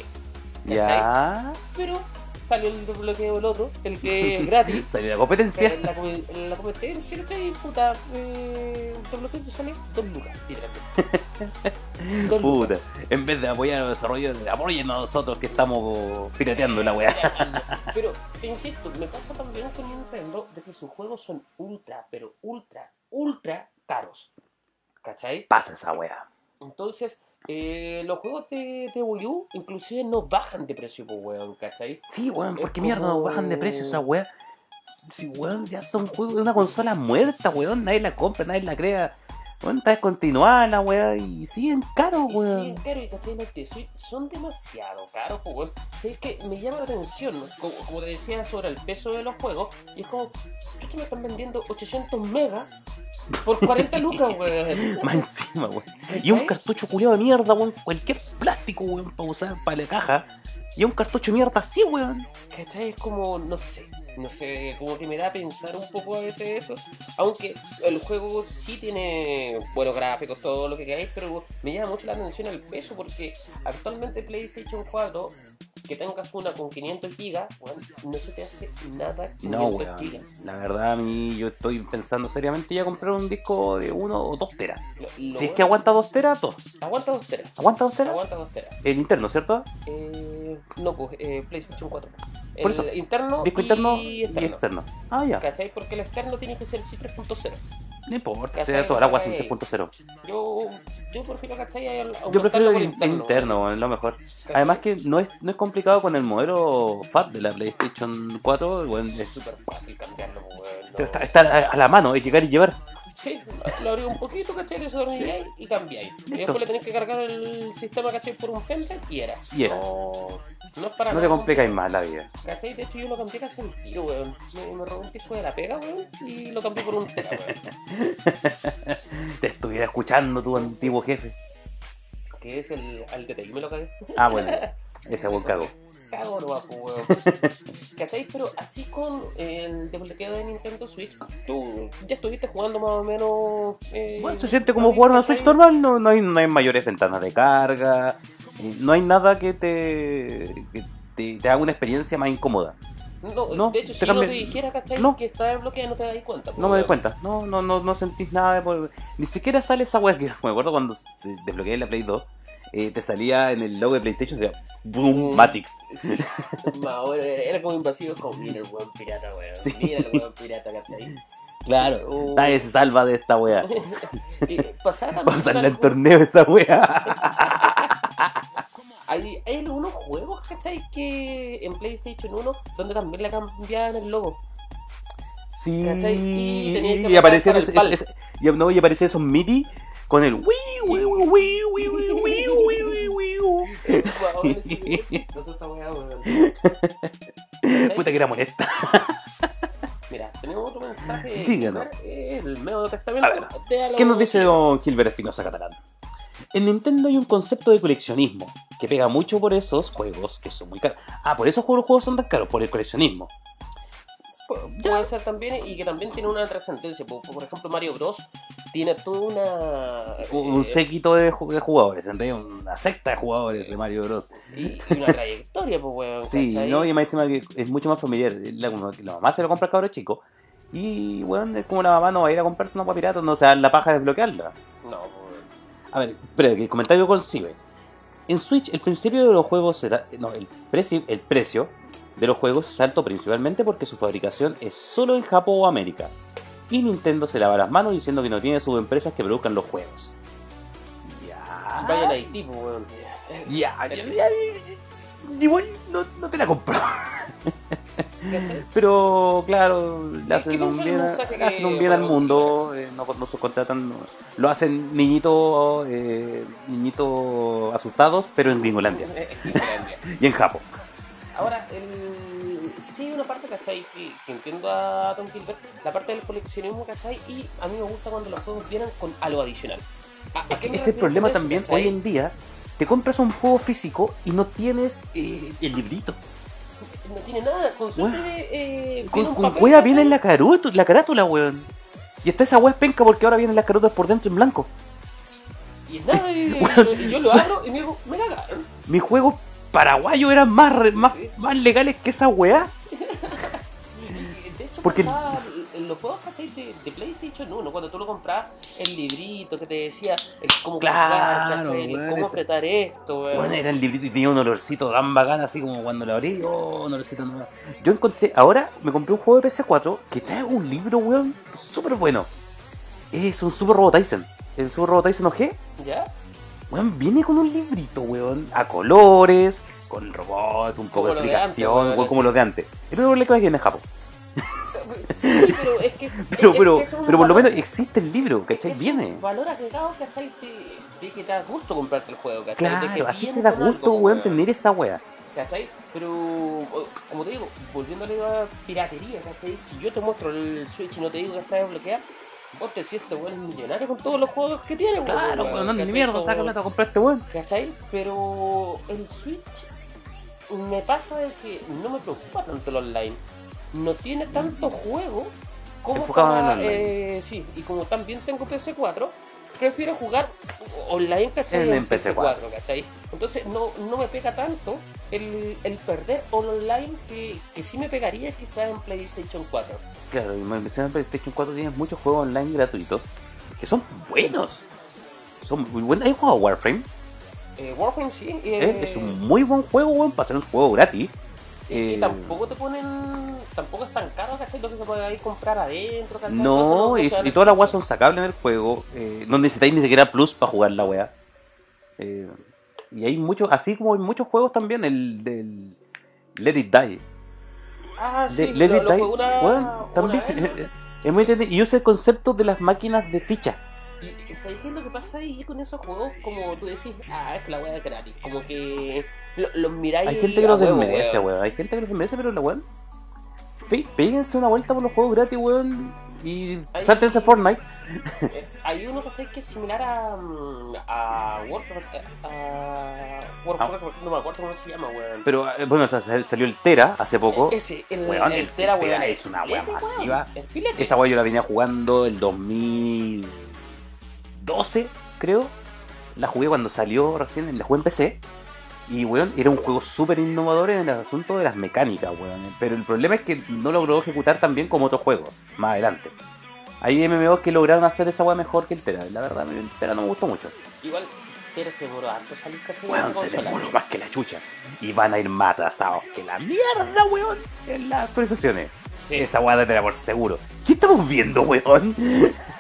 Ya.
Pero salió el desbloqueo del otro, el que es gratis.
Salió la
que
competencia.
en La, come- en la competencia, ¿cachai? Puta, eh, un desbloqueo te sale dos lucas, literalmente. Dos lucas.
Puta, en vez de apoyar el desarrollo, apoyen a nosotros que estamos pirateando la weá.
Pero, te insisto, me pasa también con Nintendo de que sus juegos son ultra, pero ultra, ultra caros. ¿Cachai?
Pasa esa weá.
Entonces, eh, los juegos de, de Wii U inclusive no bajan de precio, pues, weón, ¿cachai?
Sí, weón,
Es
porque mierda no
como-
bajan de precio esa weá. Si weón, ya son juegos de una consola muerta, weón, nadie la compra, nadie la crea. Bueno, está descontinuada la weá y siguen caros,
Y
Oh, weón.
sí, claro, y cachai, los de Switch son demasiado caros, pues, weón. O sea, es que me llama la atención, ¿no? como, como te decía, sobre el peso de los juegos, y es como, ¿por qué me están vendiendo 800 megas por 40 lucas, weón?
Más encima, weón. Y un cartucho culiado de mierda, weón. Cualquier plástico, weón, para usar para la caja. Y un cartucho de mierda así, weón.
¿Cachai? Es como, no sé, no sé, como que me da a pensar un poco a veces eso. Aunque el juego sí tiene buenos gráficos, todo lo que queráis, pero me llama mucho la atención el peso porque actualmente PlayStation 4, que tengas una con 500 gigas, weón, no se te hace nada 500
No, weón.
gigas.
La verdad, a mí yo estoy pensando seriamente ya comprar un disco de uno o dos teras.
Lo- lo
Si es que
bueno-
aguanta dos teras, dos.
aguanta dos teras.
¿Aguanta dos teras?
Aguanta dos teras.
El interno, ¿cierto?
Eh, no, pues eh, PlayStation 4. El
Por eso,
interno,
Disco interno
y
y
externo.
externo. Ah, ya.
¿Cachai? Porque el externo tiene que ser sí 3.0.
No importa,
Cachai,
sea toda la agua
cachai.
3.0.
Yo, yo prefiero ¿cachai? Al-
Yo
aumentarlo
prefiero
por
el interno, interno es lo mejor.
¿cachai?
Además que no es, no es complicado con el modelo FAT de la PlayStation 4, weón,
es
es-
súper fácil cambiarlo, pues, weón, no.
está, está a a la mano, es llegar y llevar.
Sí, lo abrí un poquito, ¿cachai? Te destornilláis y cambiáis. Y después le tenés que cargar el sistema, ¿cachai? Por un pendrive y era.
Y era.
No, no es para
No te
nada.
complicáis más la vida.
¿Cachai? De hecho, yo lo cambié casi al tiro, weón. Me, me robé un disco de la pega, weón, y lo cambié por un tera, weón.
Te estuviera escuchando tu antiguo jefe.
Que es el al DTI, me lo cagué.
Ah, bueno, ese buen cago.
Cago no pues, weón. ¿Cachai? Pero así con eh, el desbloqueo de Nintendo Switch, tú ya estuviste jugando más o menos. eh,
Bueno, se siente como jugar una Switch
¿cachai?
normal, no, no, hay, no hay mayores ventanas de carga, eh, no hay nada que te, que te, te haga una experiencia más incómoda.
No,
No,
de hecho,
te
si no te
cambia-
dijera, ¿cachai?
no.
Que está desbloqueada, no te das cuenta. pues,
No me doy
weón.
cuenta, no, no, no, no sentís nada de por- Ni siquiera sale esa weá que me acuerdo cuando te- desbloqueé la Play 2, eh, te salía en el logo de PlayStation, decía Boom
Mm.
Matrix.
Ma, weón, era como invasivo con Mira el weón pirata, weón. Mira el weón pirata, ¿cachai?
Claro,
Oh.
nadie se salva de esta weá.
y pasaba también.
Vamos a salir al
algo-
torneo esa weá.
Hay, hay algunos juegos, ¿cachai? Que en PlayStation 1, donde también la cambiaban el logo.
Sí,
¿Cachai? Y
y,
tenías que
y aparecían
matar
ese-
con el
ese- y, no, y aparecían esos MIDI con el wii, wii, wii, wii, wii, wii, wii, wii, wii, wii.
Weón, sí. Entonces esa weá, weón. ¿Cachai?
Puta que era molesta.
Mira, tenemos otro mensaje.
Díganos.
Eh, El medio testamento.
A ver,
de la-
¿Qué nos dice don Gilbert Espinosa Catalán? En Nintendo hay un concepto de coleccionismo que pega mucho por esos juegos que son muy caros. Ah, por esos juegos, los juegos son tan caros, por el coleccionismo.
Pu- Puede ser también, y que también tiene una trascendencia. Por, por ejemplo, Mario Bros. tiene toda una.
Un un
eh,
séquito de, ju- de jugadores, en realidad una secta de jugadores de Mario Bros.
y, y una trayectoria, pues, weón.
Sí,
¿cachai?
no, y más encima que es mucho más familiar. La, como que la mamá se lo compra al cabro chico. Y bueno, es como la mamá no va a ir a comprarse una papirata, no se da la paja de desbloquearla.
No, weón.
A ver, espera, que el comentario concibe. En Switch, el principio de los juegos será. No, el, preci- el precio de los juegos es alto principalmente porque su fabricación es solo en Japón o América. Y Nintendo se lava las manos diciendo que no tiene subempresas que produzcan los juegos. Ya.
Vayan a Haití, pues, weón.
Ya, ya, ya, ya. Igual no, no te la compro.
¿Cachai?
Pero claro, le
Es que
hacen un
pensar en
bien,
un
a-
saque
le hacen
que-
un bien al
bueno,
mundo, eh, no, no subcontratan, no- lo hacen niñitos eh, niñito asustados, pero en Gringolandia
Eh, eh, Finlandia.
y en Japón.
Ahora, el... sí, una parte, ¿cachai? Que, que entiendo a Tom Gilbert, la parte del coleccionismo, ¿cachai? Y a mí me gusta cuando los juegos vienen con algo adicional. ¿A- a
Es que
qué
ese
me
es el
refiero
problema
con eso,
también,
cachai?
hoy en día te compras un juego físico y no tienes eh, el librito.
No tiene nada, con suerte eh, viene
Con,
un
con
papel,
cueva
¿cachai?
viene en la, carutu- la carátula, weón. Y está esa wea penca porque ahora vienen las carotas por dentro en blanco.
Y nada, y,
Bueno,
y yo lo
so-
abro y me digo, me cagaron.
Mis juegos paraguayos eran más, re- más, más legales que esa weá.
Y, De hecho,
Porque-
pasaba en los juegos, ¿cachai? De, de PlayStation 1, cuando tú lo comprabas, el librito que te decía el cómo
Claro,
jugar, ¿cachai? El
weón,
cómo
ese-
apretar esto, weón.
Bueno, era el librito y tenía un olorcito tan bacán, así como cuando lo abrí. Oh, un olorcito no. Yo encontré, ahora me compré un juego de PS4 que trae un libro, weón, súper bueno. Es un Super Robot Tyson. El Super Robot Tyson OG,
¿Ya?
weón, viene con un librito, weón, a colores, con robots, un poco
Como
de
los de antes,
explicación,
weón,
weón, como los de antes. El único problema es que viene en Japón.
Sí, pero es que.
Pero,
es
pero,
que eso es un
pero por lo
valor-
menos eh. existe el libro, ¿cachai?
es un
Viene.
Valor agregado, ¿cachai? De, de que te da gusto comprarte el juego, ¿cachai? De que
Claro, así
viene
te da
con algo,
gusto,
pues,
weón, tener esa weá.
¿Cachai? Pero, o- como te digo, volviéndole a la piratería, ¿cachai? Si yo te muestro el Switch y no te digo que está desbloqueado, vos te sientes, weón, millonario con todos los juegos que tiene, weón.
Claro,
weón,
weón, anda ni
¿cachai?
mierda,
Como-
saca plata a comprarte, weón.
¿Cachai? Pero el Switch me pasa de que no me preocupa tanto el online. No tiene tanto juego como
Enfocado en
para,
el online.
eh, sí, y como también tengo PC4, prefiero jugar online, ¿cachai?
En el PC4,
¿cachai? Entonces no, no me pega tanto el, el perder el online que, que sí me pegaría quizás en PlayStation 4.
Claro, y me mencionan PlayStation 4 tienes muchos juegos online gratuitos que son buenos. Son muy buenos. ¿Hay jugado a Warframe?
Eh, Warframe sí, eh,
¿eh? Es un muy buen juego, weón, para ser un juego gratis.
Y
Eh,
tampoco te ponen. Tampoco es tan caro, ¿cachai? Lo que se puede ahí comprar adentro, ¿cachai?
No, y,
Entonces,
y todas las weas son sacables en el juego. eh, no necesitáis ni siquiera plus para jugar la wea. Eh, y hay muchos, así como hay muchos juegos también, el del Let It Die.
Ah,
Le-
sí,
Let
lo,
It
lo
Die,
jugué una-
weón,
una
también
vez,
es-
¿no?
es muy entretenido. Y usa el concepto de las máquinas de fichas.
Y ¿sabes qué es lo que pasa ahí con esos juegos? Como tú decís, ah, es que la weá es gratis. Como que lo- los miráis.
Hay gente que
a
los
huevo,
desmerece,
weón.
weón. Hay gente que los desmerece, pero la weón. fe- Péguense una vuelta por los juegos gratis, weón. Y
Ay.
sáltense Fortnite.
Es- Eh, Hay uno ¿cachai? que es similar a. mm, a Warcraft. A, a
Ah.
Warcraft, no me acuerdo cómo se llama, weón.
Pero eh, bueno, sa- sa- salió el Tera hace poco.
E- Ese, el,
Weón,
el
el
Tera,
Tera
weón.
es una weá
Filete, weón,
masiva.
es filete.
Esa weá yo la venía jugando el 2012, creo. La jugué cuando salió recién, la jugué en PC. Y weón, era un juego súper innovador en el asunto de las mecánicas, weón. Pero el problema es que no logró ejecutar tan bien como otros juegos, más adelante. Hay MMOs que lograron hacer esa weá mejor que el Tera. La verdad, el Tera no me gustó mucho.
Igual, Tera se demoró harto salir, ¿cachai?
Weón,
Esa
se
consola.
demoró más que la chucha. Y van a ir más atrasados que la mierda, weón, en las actualizaciones.
Sí.
Esa weá de Tera por seguro. ¿Qué estamos viendo, weón?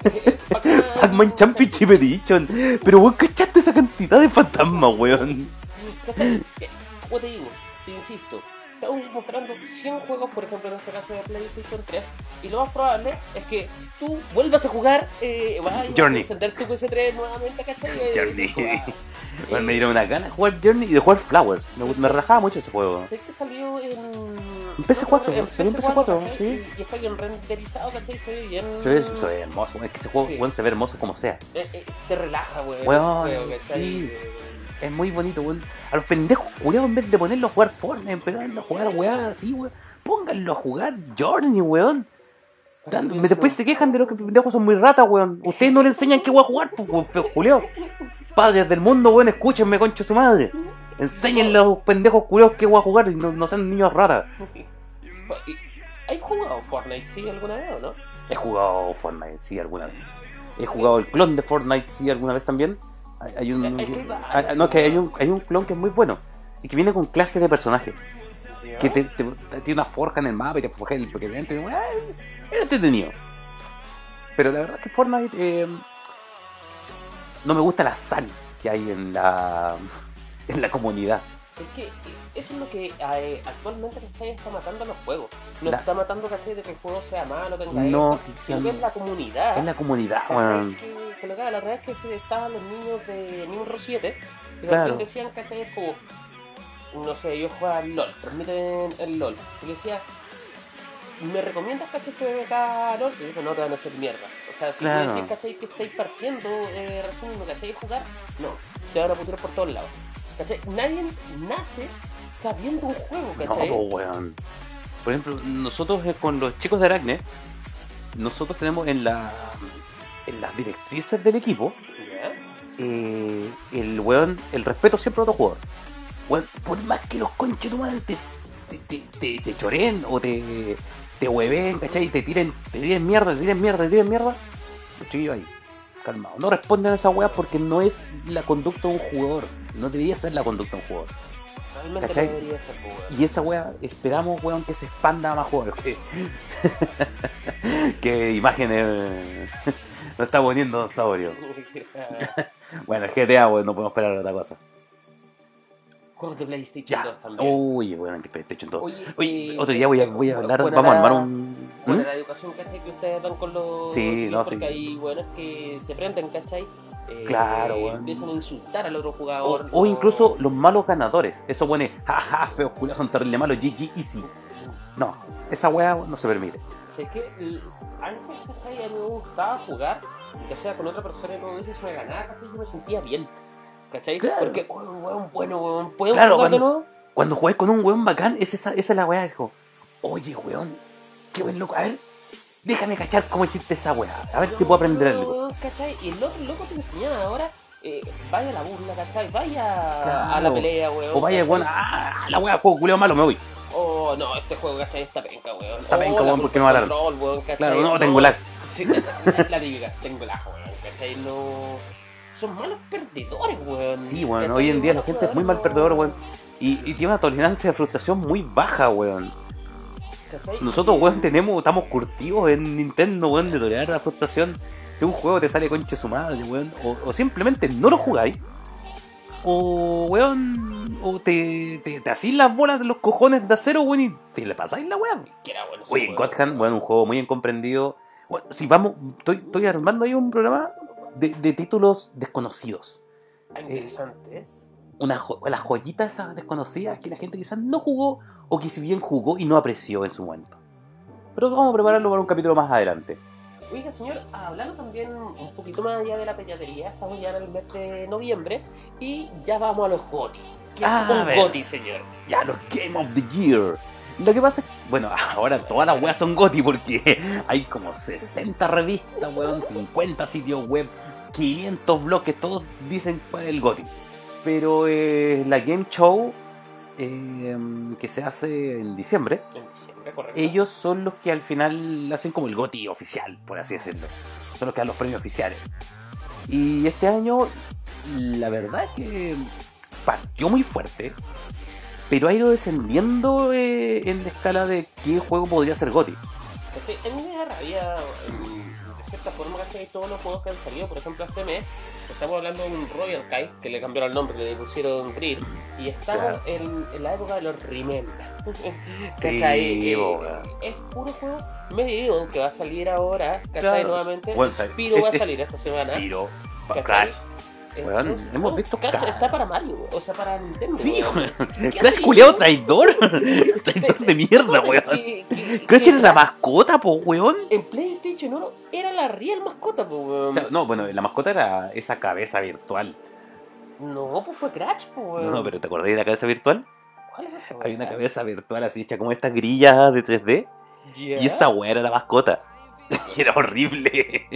Pac-Man-
Pac-Man Championship Edition. Pero vos cachaste esa cantidad de fantasmas, weón.
¿Cachai? Que, Como te digo, te insisto, estamos mostrando 100 juegos, por ejemplo, en este caso de PlayStation 3, y lo más probable es que tú vuelvas a jugar, eh, vas
Journey.
a encender tu PS3 nuevamente, ¿cachai? Eh,
Journey.
jugada.
Bueno, me dieron una gana de jugar Journey y de jugar Flowers. Me, me relajaba mucho ese juego.
Sé que salió en. En
PS4, salió en PS4,
¿cachai?
sí.
Y, y está bien renderizado, ¿cachai? Se ve bien.
Se ve, se ve hermoso. Es que ese juego
Sí.
weón, se ve hermoso como sea.
Eh, eh, te relaja, weón.
Weón,
ese juego, ¿cachai?
sí.
Eh,
Es muy bonito, weón. A los pendejos culiados, en vez de ponerlo a jugar Fortnite, ponerlo a jugar weá así, weón. Pónganlo a jugar Journey, weón. Dan-
Eso.
Después se quejan de lo que pendejos son muy ratas, weón. Ustedes no le enseñan qué voy a jugar, pues, weón, feos culiados. Padres del mundo, weón, escúchenme, concho su madre. Enséñenle a los pendejos culiados qué voy a jugar y no, no sean niños ratas.
¿Hay jugado Fortnite, sí, alguna vez o no?
He jugado Fortnite, sí, alguna vez. He jugado el clon de Fortnite, sí, alguna vez también. Hay, hay un.
Es que hay varios,
ah, no, es que hay un, hay un clon que es muy bueno. Y que viene con clases de personaje. Que te, te- te- tiene una forja en el mapa y te forja el porque obviamente, weá, Era entretenido. Pero la verdad es que Fortnite. eh, no me gusta la sal que hay en la. en la comunidad.
Es que eso es lo que eh, actualmente ¿cachai? está matando a los juegos. No
La-
está matando ¿cachai? de que el juego sea malo, tenga
No,
esto, sino que es la comunidad.
Es la comunidad,
¿cachai?
weón.
que, que lo que haga, la verdad es que estaban los niños de Nimro 7 y
Claro.
también decían, ¿cachai? Es como, no sé, ellos juegan LOL, transmiten el LOL. Y le decía, ¿me recomiendas, ¿cachai? Que me meta a LOL? Y dijo, no te van a hacer mierda. O sea, si tú
Claro.
decís, ¿cachai? Que estáis partiendo, eh, recién no cacháis jugar, no, te van a putear por todos lados. ¿Cachai? Nadie nace sabiendo un juego,
No,
¿cachai?
po, weón. Por ejemplo, nosotros eh, con los chicos de Aracne, nosotros tenemos en, la, en las directrices del equipo
¿Ya?
eh, el weón, el respeto siempre a otro jugador. Weón, por más que los conchetumares te, te, te- te- te choreen o te, te hueven, ¿cachai? Y te tiren, te tiren mierda, te tiren mierda, te tiren mierda, los chiquillos ahí, calmados. No responden a esa weá porque no es la conducta de un jugador. No debería ser la conducta de un jugador.
Realmente
¿Cachai?
no debería ser, po, weón.
Y esa wea, esperamos, weón, que se expanda a más jugadores. Que, que imágenes no está poniendo Don Saurio. Bueno, el GTA, weón, no podemos esperar otra cosa.
juegos de PlayStation
Ya.
2 también.
Uy, bueno, que PlayStation 2.
Oye,
Oye,
eh,
otro día voy a, voy a hablar,
buena
vamos a armar
la-
un...
Bueno,
¿Mm?
la educación, ¿cachai? Que ustedes dan con los
Sí,
chiquillos,
no,
porque
sí.
hay buenos que se prenden, ¿cachai? Eh,
Claro, weón.
Empiezan a insultar al otro
O,
jugador.
o
lo-
incluso los malos ganadores. Eso pone, jaja, feos culiados, son terrible malos, GG, easy. No, esa weá no se permite.
sé que l- antes, ¿cachai? A mí me gustaba jugar, ya sea con otra persona y todo eso, y se me ganaba, ¿cachai? Yo me sentía bien, ¿cachai?
Claro.
Porque, oh, weón, bueno, weón, ¿podemos
Claro,
jugar
cuando-
de nuevo?
Cuando jugáis con un weón bacán, es esa, esa es la weá. Dijo, oye weón, qué buen loco. A ver, déjame cachar cómo hiciste esa weá. A ver si puedo aprender
No,
algo.
weón, ¿cachai? Y el otro loco te enseñaba ahora, eh, vaya a la burla, ¿cachai? Vaya
Claro.
a la pelea, weón.
O vaya el
¿cachai?
weón, ah, la weá, juego culiado malo, me voy.
Oh, no, este juego, ¿cachai? Está penca, weón.
Está
Oh,
penca,
la
weón,
culpa
porque me
del
ganaron.
control, weón, ¿cachai?
Claro, no, tengo lag.
Sí, la, la típica, tengo lag, weón, ¿cachai? No... Son malos perdedores, weón.
Sí, weón,
¿cachai?
hoy en día la
Malos
gente es muy mal perdedor,
jugadores,
weón. Y, y tiene una tolerancia de frustración muy baja, weón.
¿cachai?
Nosotros,
Y-
weón, tenemos, estamos curtidos en Nintendo, weón, de tolerar la frustración. Si un juego te sale conche su madre, weón, o, o simplemente no lo jugáis, o, weón, o te, te, te hacís las bolas de los cojones de acero, weón, y te le pasáis la weón.
Que era bueno, sí,
Oye,
weón.
God Hand, weón, un juego muy incomprendido. Bueno, si vamos, estoy, estoy armando ahí un programa de, de títulos desconocidos.
Ah, interesante, ¿eh?
Una jo- las joyitas esas desconocidas que la gente quizás no jugó o que si bien jugó y no apreció en su momento. Pero vamos a prepararlo para un capítulo más adelante.
Oiga, señor, hablando también un poquito más allá de la pediatría, estamos ya en el mes de noviembre y ya vamos a los GOTI. ¿Qué
Ah,
es
a
un
ver.
GOTI, señor?
Ya, los Game of the Year. Lo que pasa es que, bueno, ahora todas las weas son GOTI porque hay como 60 revistas, weón, 50 sitios web, 500 bloques, todos dicen cuál es el GOTI. Pero eh, la Game Show eh, que se hace en diciembre,
En diciembre, correcto.
ellos son los que al final hacen como el GOTI oficial, por así decirlo. Son los que dan los premios oficiales. Y este año, la verdad es que partió muy fuerte, pero ha ido descendiendo eh, en la escala de qué juego podría ser GOTI.
¿Cachai? A mí me da rabia, en- de cierta forma, ¿cachai? Todos los juegos que han salido, por ejemplo, este mes, estamos hablando de un Royal Kai, que le cambiaron el nombre, le pusieron Grid, y estamos
Claro.
en, en la época de los Remember.
Sí,
Eh,
bo,
es puro juego medieval que va a salir ahora, ¿cachai?
Claro.
Nuevamente.
Bueno,
Piro va a
este-
salir esta semana.
Tiro,
¿Cachai?
Crash.
Entonces, oh,
Weón, hemos visto
cacha,
cada-
está para Mario, o sea, para Nintendo.
Sí,
weón.
weón.
haces,
Crash culiao
weón?
traidor. traidor de mierda, weón.
Que- que-
Crash
que
era la mascota, po, weón.
En PlayStation 1 era la real mascota, po, weón.
Claro, No, bueno, la mascota era esa cabeza virtual.
No, pues fue Crash, po, weón.
No, no, pero ¿te acordás de la cabeza virtual?
¿Cuál es esa,
Hay una
weá?
cabeza virtual así hecha como estas grillas de 3D.
Ya.
Y esa weá era la mascota. Y era horrible.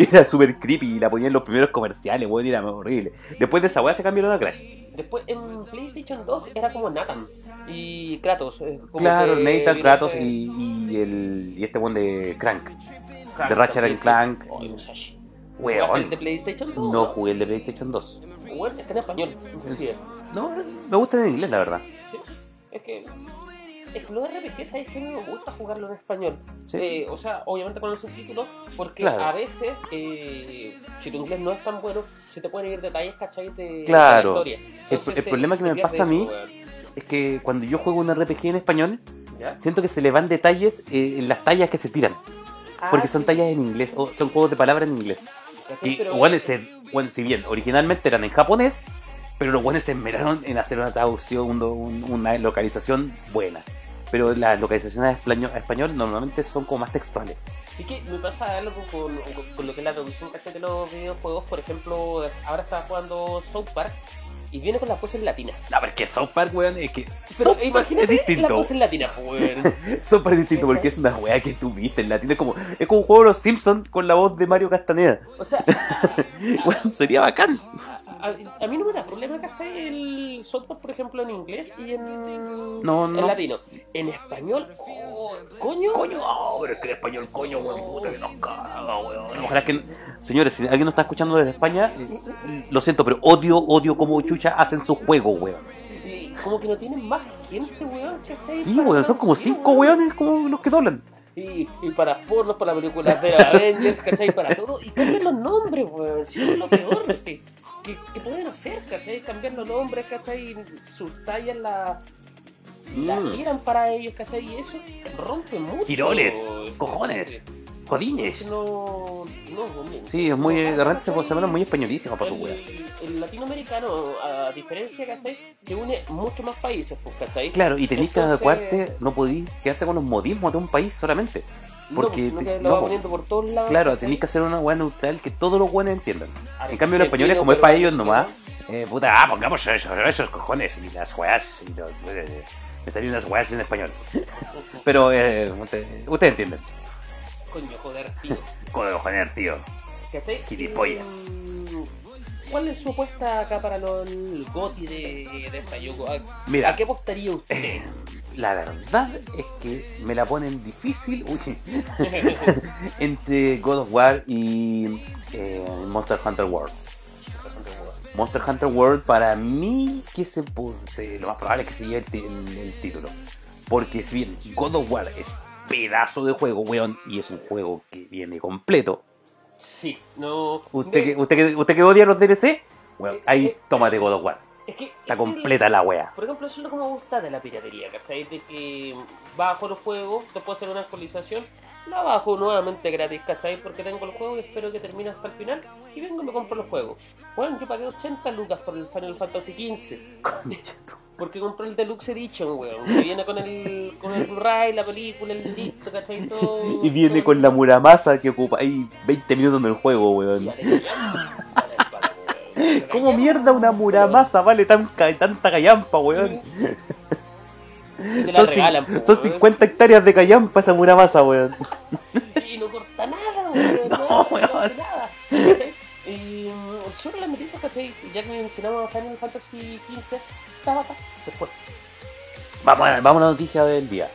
era súper creepy. Y la ponían en los primeros comerciales, weón. Y era horrible. Después de esa weá se cambiaron a Crash.
Después en PlayStation 2 era como Nathan y Kratos. eh, como
Claro,
que
Nathan,
vino
Kratos
ese-
y, y el, y este weón de Crank.
Crank
de Ratchet
también,
and Clank.
sí. Oh, Musashi. ¿Jugaste el
Weón.
de PlayStation 2?
No jugué el de PlayStation 2.
Weón, está en español, inclusive.
No, me gusta en inglés, la verdad.
Sí, Es que. Es que los RPG, ¿sabes que me gusta jugarlo en español?
Sí.
Eh, o sea, obviamente con el subtítulo, porque
Claro.
a veces, eh, si tu inglés no es tan bueno, se te pueden ir detalles, ¿cachai? De- De,
Claro.
la historia.
el
se-
problema que
se
me
pierde
pasa a mí-
weón.
Es que cuando yo juego un RPG en español,
¿Ya?
siento que se le van detalles eh, en las tallas que se tiran. Porque
Ah,
son
sí,
tallas en inglés, o son juegos de palabras en inglés.
¿cachai?
Y
Pero-
bueno, ese- bueno, si bien originalmente eran en japonés, pero los guanes se esmeraron en hacer una traducción, un- un- una localización buena. Pero las localizaciones a español, a español normalmente son como más textuales.
Sí que me pasa algo con, con- con lo que es la traducción ¿cachai? de los videojuegos. Por ejemplo, ahora estaba jugando South Park y viene con las voces latinas.
No, pero es que South Park, weón, es que
Pero
South Park
imagínate
es
las
distinto.
voces latinas, pues, weón.
South Park es distinto porque es una weá que tú viste en latino. Es como, es como un juego de los Simpsons con la voz de Mario Castaneda.
O sea,
Weón, sería bacán.
A, a mí no me da problema, ¿cachai? El software, por ejemplo, en inglés y en,
No,
en
no.
latino. En español, oh, coño.
Coño, oh, pero es que el español, coño, weón, puta que nos caga, weón. Ojalá que. Señores, si alguien nos está escuchando desde España, lo siento, pero odio, odio cómo chucha hacen su juego, weón.
Y como que no tienen más gente, weón, ¿cachai?
Sí,
Para
weón, son como
traducir,
cinco weones como los que doblan.
Y, y para pornos, para películas de Avengers, ¿cachai? Para todo. Y cambian los nombres, weón. Si eso es lo peor. ¿sí? que, que pueden hacer, ¿cachai? Cambiar los nombres, ¿cachai? Y Sus tallas las la
Mm.
giran para ellos, ¿cachai? Y eso rompe mucho.
Girones, cojones,
Sí,
jodines.
No, no, hombre.
Sí, es muy.
No,
De repente se
¿cachai?
se ponen muy españolísimos para su
El-
weá.
El latinoamericano, a diferencia, ¿cachai? Que une muchos más países, pues, ¿cachai?
Claro, y tenés que
Entonces-
adecuarte, no podís quedarte con los modismos de un país solamente.
No,
Porque
pues, sino
te-
que lo
no,
va
po.
poniendo por todos lados.
Claro,
¿cachai?
tenés que hacer una weá neutral que todos los weones entiendan. En cambio, los
Argentino,
españoles, como es para
peruano,
ellos nomás, eh, puta, ah, pongamos eso, esos cojones y las weas. Y los- eh, me salieron las weas en español. Pero, eh, ustedes ustedes entienden.
Coño, joder, tío.
Cojones, tío.
¿Cachai?
Gilipollas.
Mm, ¿Cuál es su apuesta acá para los el GOTI de, de esta Yoko? ¿A,
Mira.
¿A qué apostaría usted?
La verdad es que me la ponen difícil uy, entre God of War y eh, Monster Hunter World. Monster Hunter World para mí que se, po- se- lo más probable es que se lleve el, ti- el- el título. Porque si bien God of War es pedazo de juego, weón, y es un juego que viene completo.
sí, no.
Usted que,
Ve,
usted que, usted que odia los DLC, weón, ahí
Eh,
tómate God of War.
es que
Está
es el-
completa la wea.
por ejemplo, eso es lo que me gusta de la piratería, ¿cachai? De que bajo los juegos, después hacer una actualización, la bajo nuevamente gratis, ¿cachai? Porque tengo el juego y espero que termine hasta el final y vengo y me compro los juegos. Bueno, yo pagué 80 lucas por el Final Fantasy XV.
Concha tu-
Porque compré el Deluxe Edition, weón. Que viene con el, con el Blu-ray, la película, el disco, ¿cachai? Todo.
Y viene
todo
con la
el-
muramasa que ocupa ahí 20 minutos del juego, weón.
Dale, dale, dale, dale, weón.
¿Cómo mierda una muramasa vale tan ca- tanta callampa, weón?
Y Mm, Te la
Son, cin-
regalan, po,
son
weón.
50 hectáreas de callampa esa muramasa, weón.
Y no corta nada, weón.
No, weón.
hace nada, ¿cachai? Y mm, sobre las noticias, ¿cachai? Ya que mencionamos Final Fantasy XV, Tabata se fue.
Vamos a, vamos a la noticia del día.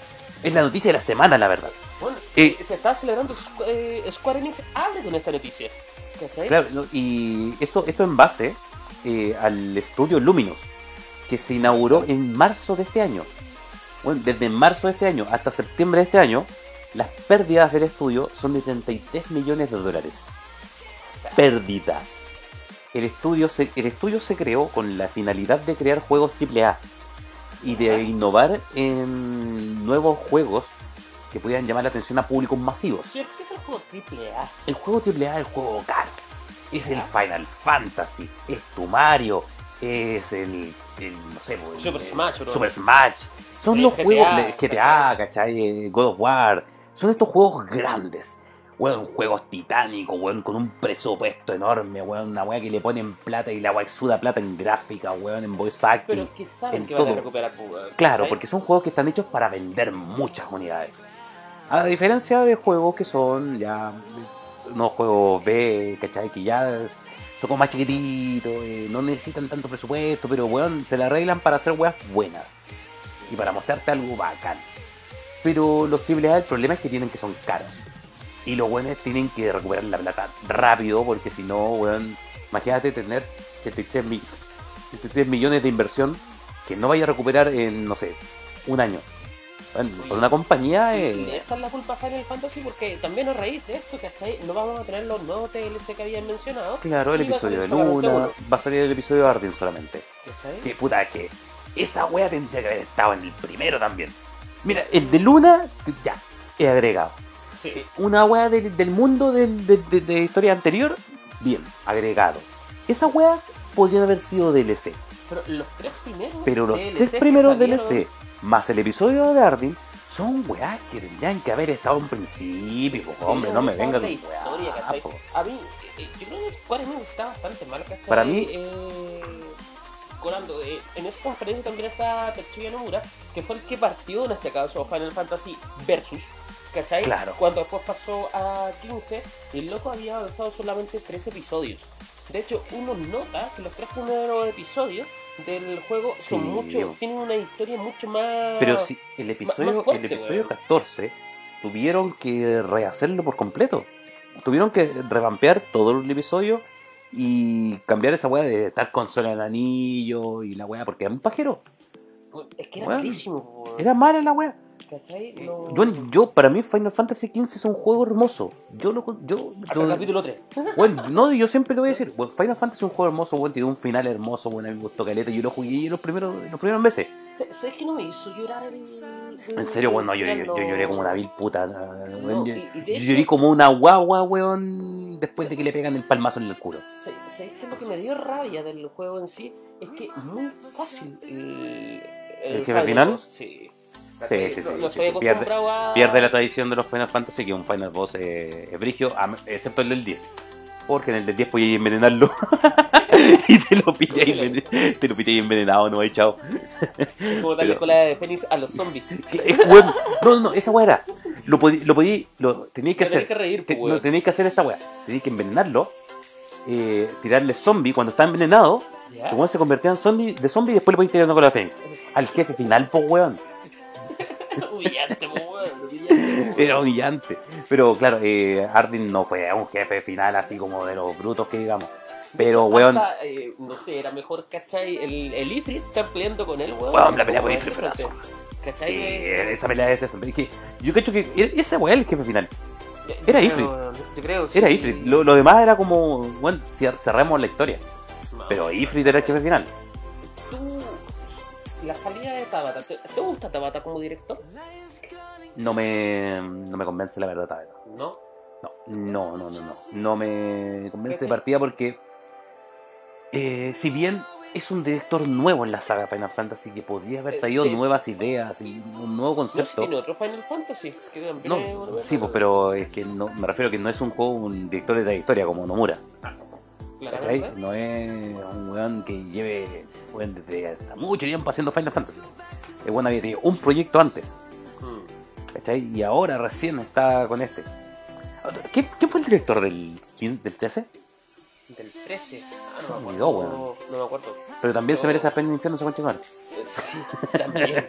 Es la noticia de la semana, la verdad.
Bueno,
Eh.
se está celebrando Squ- eh, Square Enix abre con esta noticia. ¿Cachai?
Eh, Claro, no, y esto, esto en base eh, al estudio Luminous, que se inauguró en marzo de este año. Bueno, desde marzo de este año hasta septiembre de este año, las pérdidas del estudio son de 33 millones de dólares.
O sea,
pérdidas. El estudio, se, el estudio se creó con la finalidad de crear juegos AAA y de innovar en nuevos juegos que pudieran llamar la atención a públicos masivos.
¿cierto? ¿Qué es el juego triple A?
El juego AAA es el juego caro. Es el Final Fantasy, es tu Mario, es el, el, no sé, pues, el- eh,
Super Smash, bro.
Super Smash. Son
El
los
GTA,
juegos el GTA, ¿cachai? El God of War. Son estos juegos grandes. Weón, juegos titánicos, weón, con un presupuesto enorme, weón, una weá que le ponen plata y la weá exuda plata en gráfica, weón, en voice acting.
Pero que saben
en
que van a
todo.
recuperar Cuba.
Claro,
¿cachai?
porque son juegos que están hechos para vender muchas unidades. A diferencia de juegos que son ya unos juegos B, ¿cachai? Que ya son como más chiquititos, eh, no necesitan tanto presupuesto, pero weón, se la arreglan para hacer weas buenas y para mostrarte algo bacán. Pero los AAA el problema es que tienen que son caros. Y los weones tienen que recuperar la plata rápido porque si no, weón, imagínate tener 73, mi- 73 millones de inversión que no vaya a recuperar en, no sé, un año. Bueno, por una compañía...
Y- y
eh,
Le echan la culpa a Final Fantasy porque también nos raíz de esto, ¿cachai? No vamos a tener los nuevos DLC que habían mencionado.
Claro, el
Y va a
episodio
salir
de
solamente
Luna.
uno,
Va a salir el episodio de Arden solamente.
¿cachai?
Que puta, que esa wea tendría que haber estado en el primero también. Mira, el de Luna, ya, he agregado.
Sí.
Una wea del, del mundo del- de, de- de historia anterior, bien, agregado. Esas weas podrían haber sido DLC.
Pero los tres primeros.
Pero los
DLCs
tres
que
primeros
salieron-
DLC, más el episodio de Arden, son weas que tendrían que haber estado en principio. po, Hombre, no me
Esa es
vengan
la
con
historia,
weas,
¿cachai?
po.
A mí, eh, yo creo que Square Enix está bastante mal, ¿cachai?
Para mí-
Eh, Colando, eh, en esta conferencia también está Tetsuya Nomura, que fue el que partió en este caso Final Fantasy Versus, ¿cachai?
Claro.
Cuando después pasó a 15, y el loco había avanzado solamente tres episodios. De hecho, uno nota que los tres primeros episodios del juego son
Sí.
mucho, tienen una historia mucho más...
Pero sí, el episodio,
más fuerte,
el episodio
weón.
14 tuvieron que rehacerlo por completo. Tuvieron que revampear todo el episodio y cambiar esa weá de estar con Sol en anillo y la weá, porque era un pajero.
Es que era
Bueno,
malísimo, weón.
Era mala la weá.
¿Cachai?
Eh,
No...
Bueno, yo, para mí Final Fantasy XV es un juego hermoso. Yo lo... con- Yo,
Hasta el
lo-
capítulo 3.
Bueno, no, yo siempre lo voy a decir. Bueno, Final Fantasy es un juego hermoso, bueno, tiene un final hermoso, bueno, a mí me gustó caleta. Yo lo jugué en los primeros, en los primeros meses.
¿Sabes que no me hizo llorar el...
En serio, bueno, yo, yo, yo
el-
lloré como una vil puta. weón.
No,
yo,
y- y de
yo
hecho-
lloré como una guagua, weón, después de que le pegan el palmazo en el culo.
Sa- ¿Sabéis que lo que me dio rabia del juego en sí? Es que es muy fácil eh, el.
¿El jefe
fallo.
final?
Sí.
Sí, sí,
No-
sí,
no
sí,
estoy
sí, pierde-
acostumbrado a-
Pierde la tradición de los Final Fantasy, que un Final Boss eh, es brigio, a- excepto el del 10. Porque en el del 10 podías envenenarlo. y te lo pillé envenen- te lo pillé envenenado, no hay chao.
Es como darle
pero-
cola de Fénix a los zombies.
Eh, weón, no, no, no, esa weá era. Lo podí, lo podí, lo teníais que
Te tenés
hacer.
que reír,
Te-
pues,
no,
weón.
teníais que hacer esta weá. Teníais que envenenarlo, eh, tirarle zombie cuando está envenenado.
Ya.
El weón se convertía en zombie, de zombie y después le podías tirar una cola de Fénix. Al jefe final, po weón.
Humillante, pues, weón. humillante, pues,
Era
weón.
humillante. Pero claro, eh, Ardyn no fue un jefe final así como de los brutos que digamos. Pero weón,
Hasta, eh, no sé, era mejor, ¿cachai? El, el Ifrit estar peleando con él, weón.
Weón, la pelea con
Weón,
Ifrit fue una
interesante. ¿Cachai?
sí, esa pelea es esa. Es que yo creo que esa weá es el jefe final.
Yo- yo
era
creo,
Ifrit.
Yo creo, sí.
Era Ifrit. Lo, lo demás era como, weón, cier- cerremos la historia.
No.
Pero Ifrit era el jefe final.
Tú, la salida de Tabata, ¿te, te gusta Tabata como director?
No me, no me convence la verdad, Tabata.
No.
No, no, no, no, no. No me convence de partida porque eh, si bien es un director nuevo en la saga Final Fantasy que podría haber
Eh,
traído
sí.
nuevas ideas y un nuevo
No sé si
concepto.
tiene otro Final Fantasy. Que también es
No,
una-
sí, pues, pero es que no, me refiero a que no es un juego, un director de trayectoria como Nomura. ¿Cachai?
Claramente.
No es un weón que lleve weón, desde hace mucho tiempo haciendo Final Fantasy. El weón había tenido un proyecto antes,
Mm.
¿cachai? Y ahora recién está con este. ¿Qué, qué fue el director del, quin- del 13?
Del 13. Ah,
Se
no,
me
me
olvidó,
acuerdo.
weón.
No, no me acuerdo.
Pero también se
No.
merece la pena el infierno se continuar.
Sí, también.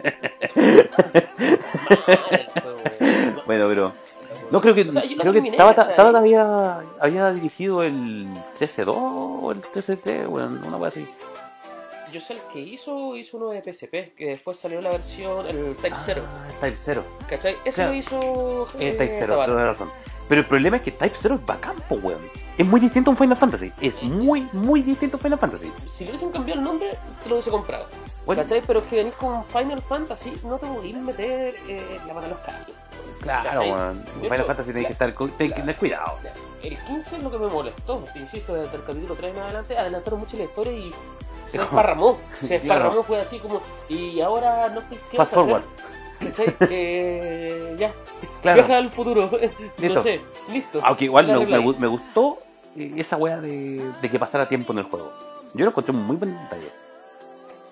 Mal, juego, weón. Mal,
Bueno, pero.
weón.
No creo que.
O sea, yo lo
creo que
terminé,
Tabata,
¿cachai?
Tabata había, había dirigido el 13-2 o el 13-3, bueno, una wea así.
Yo sé el que hizo, hizo uno de PSP, que después salió la versión, el Type 0.
Ah, Type 0.
¿Cachai? Eso
claro.
lo hizo. eh,
Es Type 0,
Tabata.
tienes razón. Pero el problema es que Type 0 es bacán, po, weón. Es muy distinto a un Final Fantasy. Es muy, muy distinto a un Final Fantasy.
Si le hubiesen cambiado el nombre, te lo hubiese comprado.
Bueno,
¿Cachai? Pero es que venís con Final Fantasy, no te podís meter eh, la mano en los callos.
claro,
¿cachai?
weón. En
De
Final
hecho,
Fantasy tenés que
la-
estar cu- tenés que tener cuidado.
El 15 es lo que me molestó, insisto, desde el capítulo 3 en adelante, adelantaron mucho la historia y se
Claro.
desparramó. Se
Claro.
desparramó, fue así como, y ahora no sé qué vas
Fast
a hacer,
forward.
¿Cachai? Eh, ya,
Claro.
viaja al futuro,
Listo.
no sé, listo.
Aunque igual me,
Dale
me
play.
gu- me gustó eh, esa wea de, de que pasara tiempo en el juego. Yo lo encontré muy buen detalle.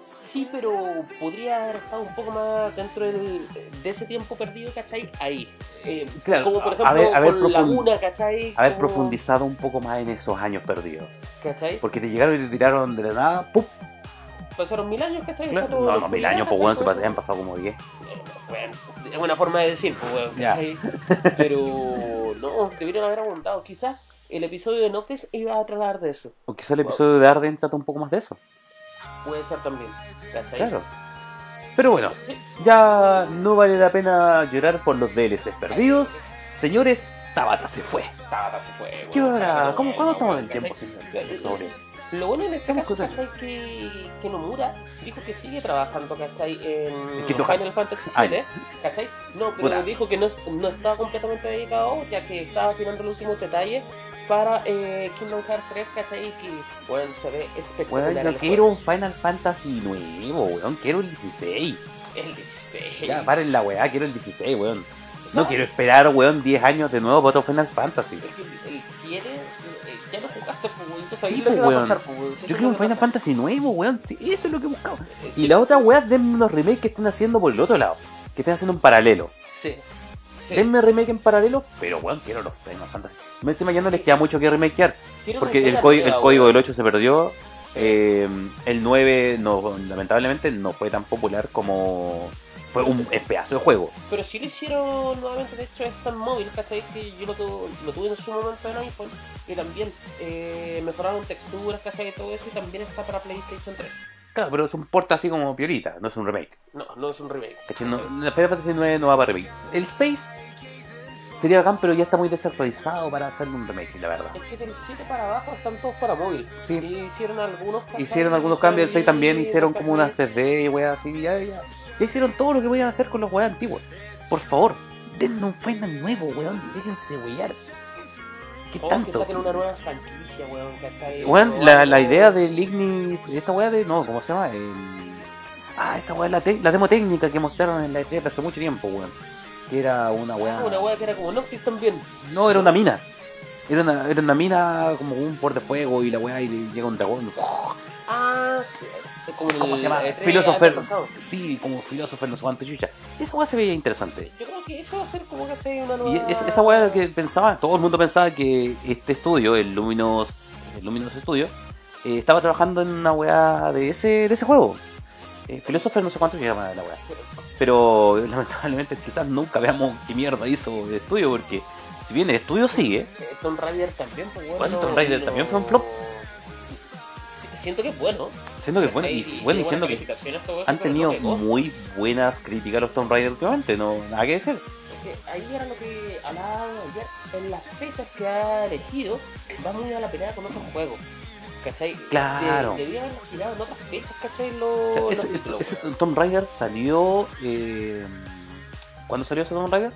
Sí, pero podría haber estado un poco más dentro del- de ese tiempo perdido, ¿cachai? Ahí. Eh,
Claro,
como por ejemplo
haber- haber
con
profund-
Laguna, ¿cachai?
Haber
Como-
profundizado un poco más en esos años perdidos.
¿Cachai?
Porque te llegaron y te tiraron de la nada. ¡pum!
Pasaron mil años, ¿cachai?
Claro.
Está todo
No, no,
en la
mil
oscuridad,
años, pues
¿cachai?
weón, se
Todo
pas-
eso.
han pasado como 10.
Bueno, es una forma de decir, pues, weón,
Ya.
¿cachai? Pero no, debieron haber abundado. Quizás el episodio de Noctis iba a tratar de eso.
O quizá el episodio de Arden trata un poco más de eso.
Puede ser también. ¿cachai?
Claro. Pero bueno,
Sí.
ya no vale la pena llorar por los DLCs perdidos. Señores, Tabata se fue.
Tabata se fue.
¿Qué
weón,
hora?
Tabata
¿Cómo,
se
¿Cuándo
fue,
estamos en el
¿cachai?
tiempo? señor? Sobre.
Lo bueno en este caso,
Escucha.
¿cachai? Que, que Nomura dijo que sigue trabajando, ¿cachai? En
En Kingdom
Final Fantasy
Ay.
VII, ¿cachai? No, pero
Puta.
dijo que no, no estaba completamente dedicado, ya que estaba afinando los últimos detalles para eh, Kingdom Hearts 3, ¿cachai? Y que, bueno, se ve espectacular.
Weón, yo
el
quiero un
juego.
Final Fantasy nuevo, weón. Quiero el 16.
El 16.
Ya, paren la weá, quiero el 16, weón.
O sea,
No quiero esperar, weón, 10 años de nuevo para otro Final Fantasy.
es que El el 7, eh, ya lo jugaste, pues, weón. Entonces,
Sí,
ahí lo
pues,
que va a
weón.
pasar, pues, weón. Sí,
Yo
eso
quiero un
es lo que va
Final
a pasar.
Fantasy nuevo, weón. Sí, Eso es lo que he buscado. Y la otra weá, denme los remakes que estén haciendo por el otro lado. Que estén haciendo en paralelo.
Sí. sí.
Denme remake en paralelo, pero weón, quiero los Final Fantasy. Me encima ya no les queda mucho que remakear.
Quiero
Porque
romper
el,
la
código- el
rueda,
código
weón.
del 8 se perdió.
Sí.
eh, el 9, no, lamentablemente, no fue tan popular como. Fue un es pedazo de juego.
Pero si lo hicieron nuevamente, de hecho es tan móvil, ¿cachai? Que yo lo, tu- lo tuve en su momento en iPhone y también eh, mejoraron texturas, ¿cachai? Y todo eso y también está para PlayStation 3.
Claro, pero es un porta así como piorita, no es un remake.
No, no es un remake.
¿cachai? No, la Final Fantasy 9 no va para remake. El 6 sería bacán, pero ya está muy desactualizado para hacerle un remake, la verdad.
Es que del 7 para abajo están todos para móvil.
Sí.
Y hicieron algunos cambios.
Hicieron algunos cambios, el 6 también hicieron como unas 3D y weas así, ya, ya. Ya hicieron todo lo que podían hacer con los weas antiguos. Por favor, denle un final nuevo, weón, déjense weyar. ¿Qué
Oh, que
tanto?
saquen una nueva franquicia, weón, ¿cachai? Oh,
Weón,
Nueva-
la, la idea del Ignis, esta weá de. No, ¿cómo se llama? El- Ah, esa weá es la, te- la demo técnica que mostraron en la E3 hace mucho tiempo, weón. Que era una weá.
Ah, Una weá que era como Noctis también.
No, era una mina. Era una, era una mina como un por de fuego y la weá y le llega un dragón.
Ah, sí, es como el,
¿Cómo se llama?
el-
Philosopher.
el pasado.
Eh, Sí, como Philosopher, no sé cuánto chucha. Esa weá se veía interesante.
Yo creo que eso va a ser como, ¿cachai? Una
Y
nueva.
es- esa weá que pensaba, todo el mundo pensaba que este estudio, el Luminos, el Luminos Studio, eh, estaba trabajando en una weá de ese, de ese juego. Eh, Philosopher no sé cuánto se llama la weá. Pero eh, lamentablemente quizás nunca veamos qué mierda hizo el estudio, porque si bien el estudio sigue,
Eh, Tomb Raider también, pues, weón.
Bueno,
no-
Tomb Raider
no-
también fue un flop.
Sí, Siento que es bueno.
siendo que bueno, y,
¿cachai?
bueno,
tiene
diciendo
buenas
que
calificaciones, todo eso,
han
pero no
tenido
pegó.
muy buenas críticas los Tomb Raider últimamente, no nada que decir.
Es que ahí era lo que hablaba ayer, en las fechas que ha elegido, va muy a la pelea con otros juegos. ¿Cachai?
Claro.
De- debía haberlo girado en otras fechas, ¿cachai? Los,
Ese,
los títulos,
ese
weón.
Tomb Raider salió. Eh, ¿Cuándo salió ese Tomb Raider?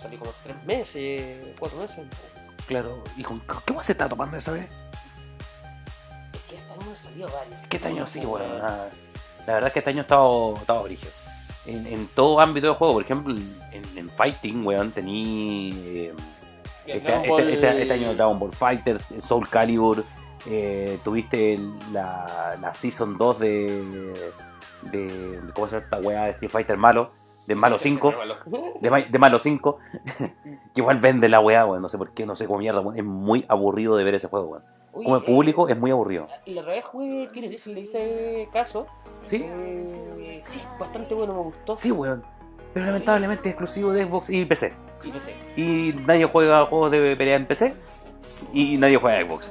Salió como hace tres meses, cuatro meses.
Claro, ¿y con con qué más se está tomando esa vez?
Es que este año salió varios.
Que este año sí, bueno,
Weón.
nada. la verdad es que este año estaba, estaba brillo. En, en todo ámbito de juego, por ejemplo, en, en Fighting, weón, tení. eh,
Y
este,
el Dragon
este-
Ball-
este- este año Dragon Ball Fighters, Soul Calibur, eh, tuviste el- la, la Season 2 de, de. ¿Cómo se llama esta weá? de Street Fighter malo, de malo 5. De, ma- de malo 5. que igual vende la weá, weón. No sé por qué, no sé cómo mierda, weón. Es muy aburrido de ver ese juego, weón.
Uy,
Como el
eh,
público es muy aburrido.
La otra vez jugué Kirby, si le hice caso.
¿Sí?
Eh, sí, bastante bueno, me gustó.
Sí, weón. Pero lamentablemente es exclusivo de Xbox y PC.
Y pensé,
Y nadie juega juegos de pelea en PC. Y nadie juega Xbox.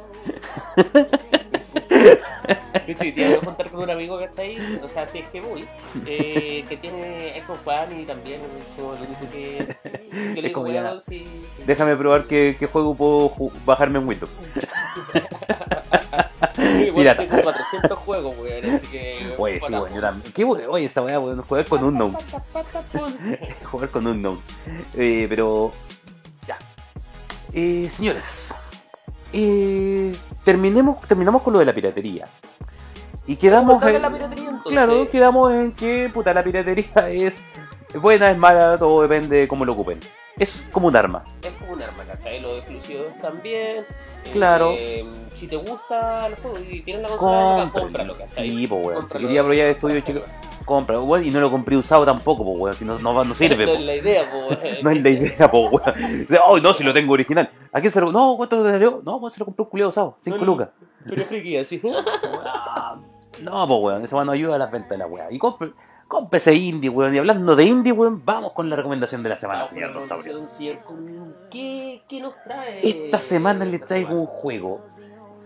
Sí, sí, te voy a contar con un amigo que está ahí, o sea, si es que voy, eh, que tiene Xbox One y también es como lo único que, que le
Es como
digo,
ya-
"Weón, sí, sí".
Déjame probar qué, qué juego puedo ju- bajarme en Windows.
Sí, bueno,
Pirata.
tengo 400 juegos, weón, así que...
Oye, sí,
hola.
weón, yo también. Qué bueno, oye, esa weá, weón, jugar con un note. Jugar con un note. Eh, pero. Ya. Eh, señores. Eh, terminemos, terminamos con lo de la piratería. Y quedamos
Total,
en-
la piratería, entonces.
Claro, quedamos en que puta la piratería es buena, es mala, todo depende de cómo lo ocupen. Es como un arma.
Es como un arma, ¿cachai? Los exclusivos también.
Claro.
Eh, si te gusta el juego y tienes la consola, loca,
Cómpralo.
cómpralo, ¿cachai?
Sí, pues weón. Si
Cómpralo.
quería probar el estudio, chico, cómpralo. Weón, y no lo compré usado tampoco, pues weón. Si no, no, no sirve,
No
po.
es la idea, po, weón.
No es la idea, po, weón. Oh, no, si lo tengo original. ¿A quién se lo.? No, ¿cuánto te salió? No, pues se lo compró un culiado usado. Cinco
No, no.
lucas.
Pero friki, así.
Ah, No, pues weón. Esa weón no ayuda a las ventas de la weá. Y compre. Cómprese indie, weón. Y hablando de indie, weón, vamos con la recomendación de la semana,
Ah,
señor
bueno,
Rosaurio.
entonces, señor Comun, ¿Qué, qué nos trae?
Esta semana le
esta
traigo un
semana?
juego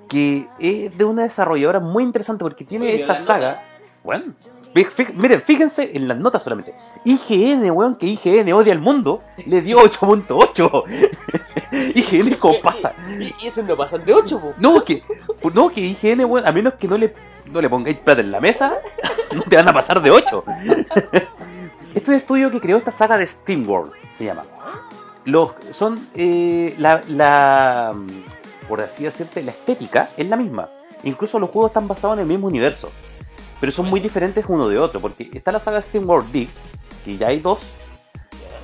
que es de una desarrolladora muy interesante porque tiene
Muy bien,
esta
la
saga. Bueno, fí- fí- miren, fíjense en las notas solamente. IGN, weón, que IGN odia al mundo, le dio 8.8. IGN, ¿cómo pasa?
Y, y eso no pasan de 8, po.
No, que, pues no, que IGN, weón, a menos que no le, no le pongáis plata en la mesa, no te van a pasar de 8. Este es un estudio que creó esta saga de SteamWorld, se llama. Los, son eh, la, la, mm, por así decirte, la estética es la misma. Incluso los juegos están basados en el mismo universo. Pero son muy diferentes uno de otro, porque está la saga SteamWorld Dig, que ya hay dos.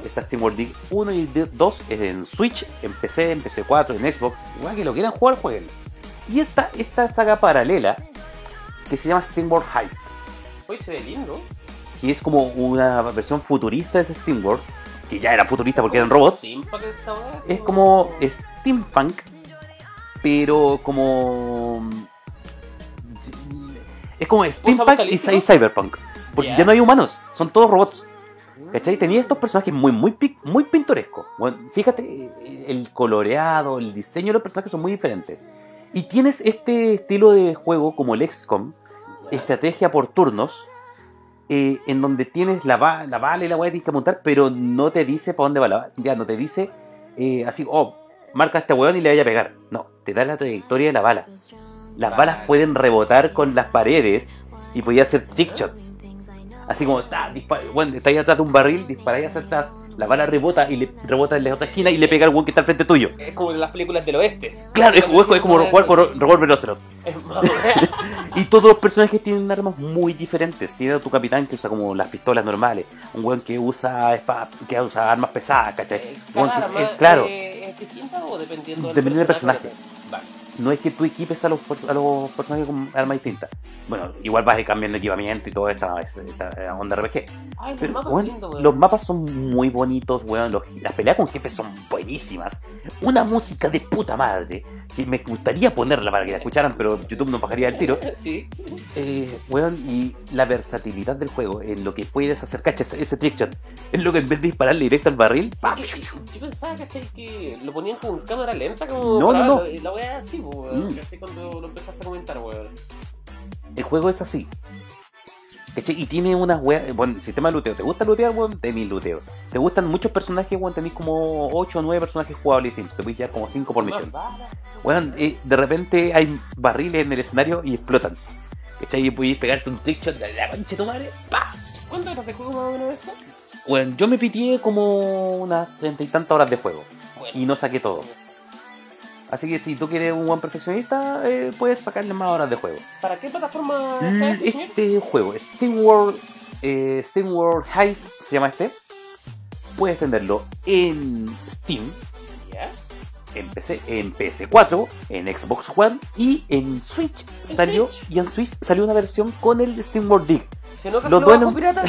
Está SteamWorld Dig 1 y 2 es en Switch, en PC, en PC4, en Xbox. Igual que lo quieran jugar, jueguen. Y está esta saga paralela, que se llama SteamWorld Heist
Hoy se ve lindo.
que es como una versión futurista de ese SteamWorld, que ya era futurista porque eran robots.
Sí, pa' que esta weá,
Es como steampunk, pero como... Es como steampunk y,
apocalíptico?
cy- cyberpunk, porque
Ya.
ya no hay humanos, son todos robots. ¿Cachai? Tenía estos personajes muy, muy, pic- muy pintorescos. Bueno, fíjate, eh, el coloreado, el diseño de los personajes son muy diferentes. Y tienes este estilo de juego como el XCOM, estrategia por turnos eh, en donde tienes la, va- la bala y la weá que tienes que apuntar, pero no te dice para dónde va la bala. Ya no te dice eh, así, oh, marca a este weón y le vaya a pegar. No, te da la trayectoria de la bala. Las balas pueden rebotar con las paredes y podías hacer trick shots. Así como, ta, dispara- weón, estáis atrás de un barril, disparáis hacia atrás, la bala rebota y le rebota en la otra esquina y le pega al weón que está al frente tuyo.
Es como en las películas del oeste.
Claro, es como, es como- es como
Eso,
jugar con Ro-
sí.
Robert Velocero.
Es más, weón.
Y todos los personajes tienen armas muy diferentes. Tiene a tu capitán que usa como las pistolas normales, un weón que usa espada, que usa armas pesadas, ¿cachai?
Eh,
Weón
cada
que-
arma,
eh, claro,
eh, ¿Es distinta o dependiendo del
Dependiendo del
Vale.
no es que tú equipes a los, pers- a los personajes con armas distintas. Bueno, igual vas cambiando equipamiento y toda esta, esta eh, onda RPG.
Ay,
Pero,
los mapas
weón,
son lindos, weón.
los mapas son muy bonitos, weón. los- las peleas con jefes son buenísimas. Una música de puta madre. Que me gustaría ponerla para que la escucharan, pero YouTube nos bajaría el tiro.
Sí.
Eh, weón, y la versatilidad del juego, en lo que puedes hacer, cacha, ese, ese trickshot. Es lo que en vez de dispararle directo al barril, pa,
Es que- yo pensaba, ¿cachai? Que lo ponían con cámara lenta, como.
No,
para-
no, no.
La, la wea así, pues, weón.
Mm.
Así cuando lo empezaste a comentar, weón.
el juego es así. ¿Cachai? Y tiene unas weas. eh, Bueno, sistema de luteo. ¿Te gusta lootear, weón? Tenís luteo. ¿Te gustan muchos personajes, weón? Tenís como 8 o 9 personajes jugables distintos. Te puedes llevar como 5 por misión. Weón, eh, de repente hay barriles en el escenario y explotan. ¿Cachai? Y puedes pegarte un trickshot de la concha de tu madre. ¡Pah!
¿Cuánto horas de juego más o menos esto?
Weón, yo me pitié como unas treinta y tantas horas de juego.
Bueno.
Y no saqué todo. Así que si tú quieres un buen perfeccionista, eh, puedes sacarle más horas de juego.
¿Para qué plataforma está
Mm,
este señor?
Este juego, Steam World, eh, Steam World Heist, se llama este. Puedes tenerlo en Steam,
¿Ya?
en PC, en PS4, en Xbox One y en Switch salió.
Switch?
Y en Switch salió una versión con el Steam World Dig.
Si no, casi
Los
lo
dos en
bajo
un-
"Oh, pirata.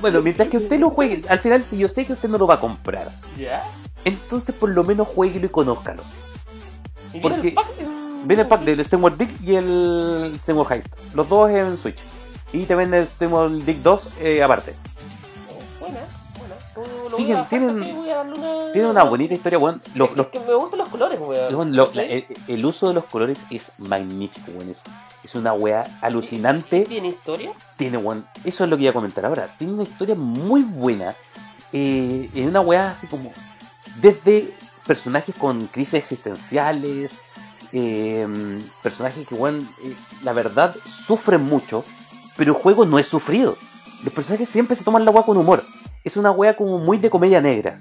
Bueno, mientras que usted lo juegue, al final si yo sé que usted no lo va a comprar,
¿Ya?
entonces por lo menos jueguelo y conózcalo.
¿Y viene
Porque
el pack? en-
Viene el pack del Steam World Dig y el Steam World Heist. Los dos en Switch. Y te vende el Steam World Dig 2 eh, aparte.
Oh, Buena, buena. Lo voy
Fíjense,
a bajar,
tienen-
sí, voy a darle una...
Tiene una bonita historia, weón. Los-
Es
los-
que me gustan los colores, weón.
weón, lo- la- eh,
¿Sí?
el, el uso de los colores es magnífico, weón. Es, es una weá alucinante.
¿Tiene historia?
Tiene, weón. Eso es lo que iba a comentar ahora. Tiene una historia muy buena. eh, en una weá así como. Desde personajes con crisis existenciales. eh, personajes que, weón, eh, la verdad, sufren mucho. Pero el juego no es sufrido. Los personajes siempre se toman la weá con humor. Es una weá como muy de comedia negra.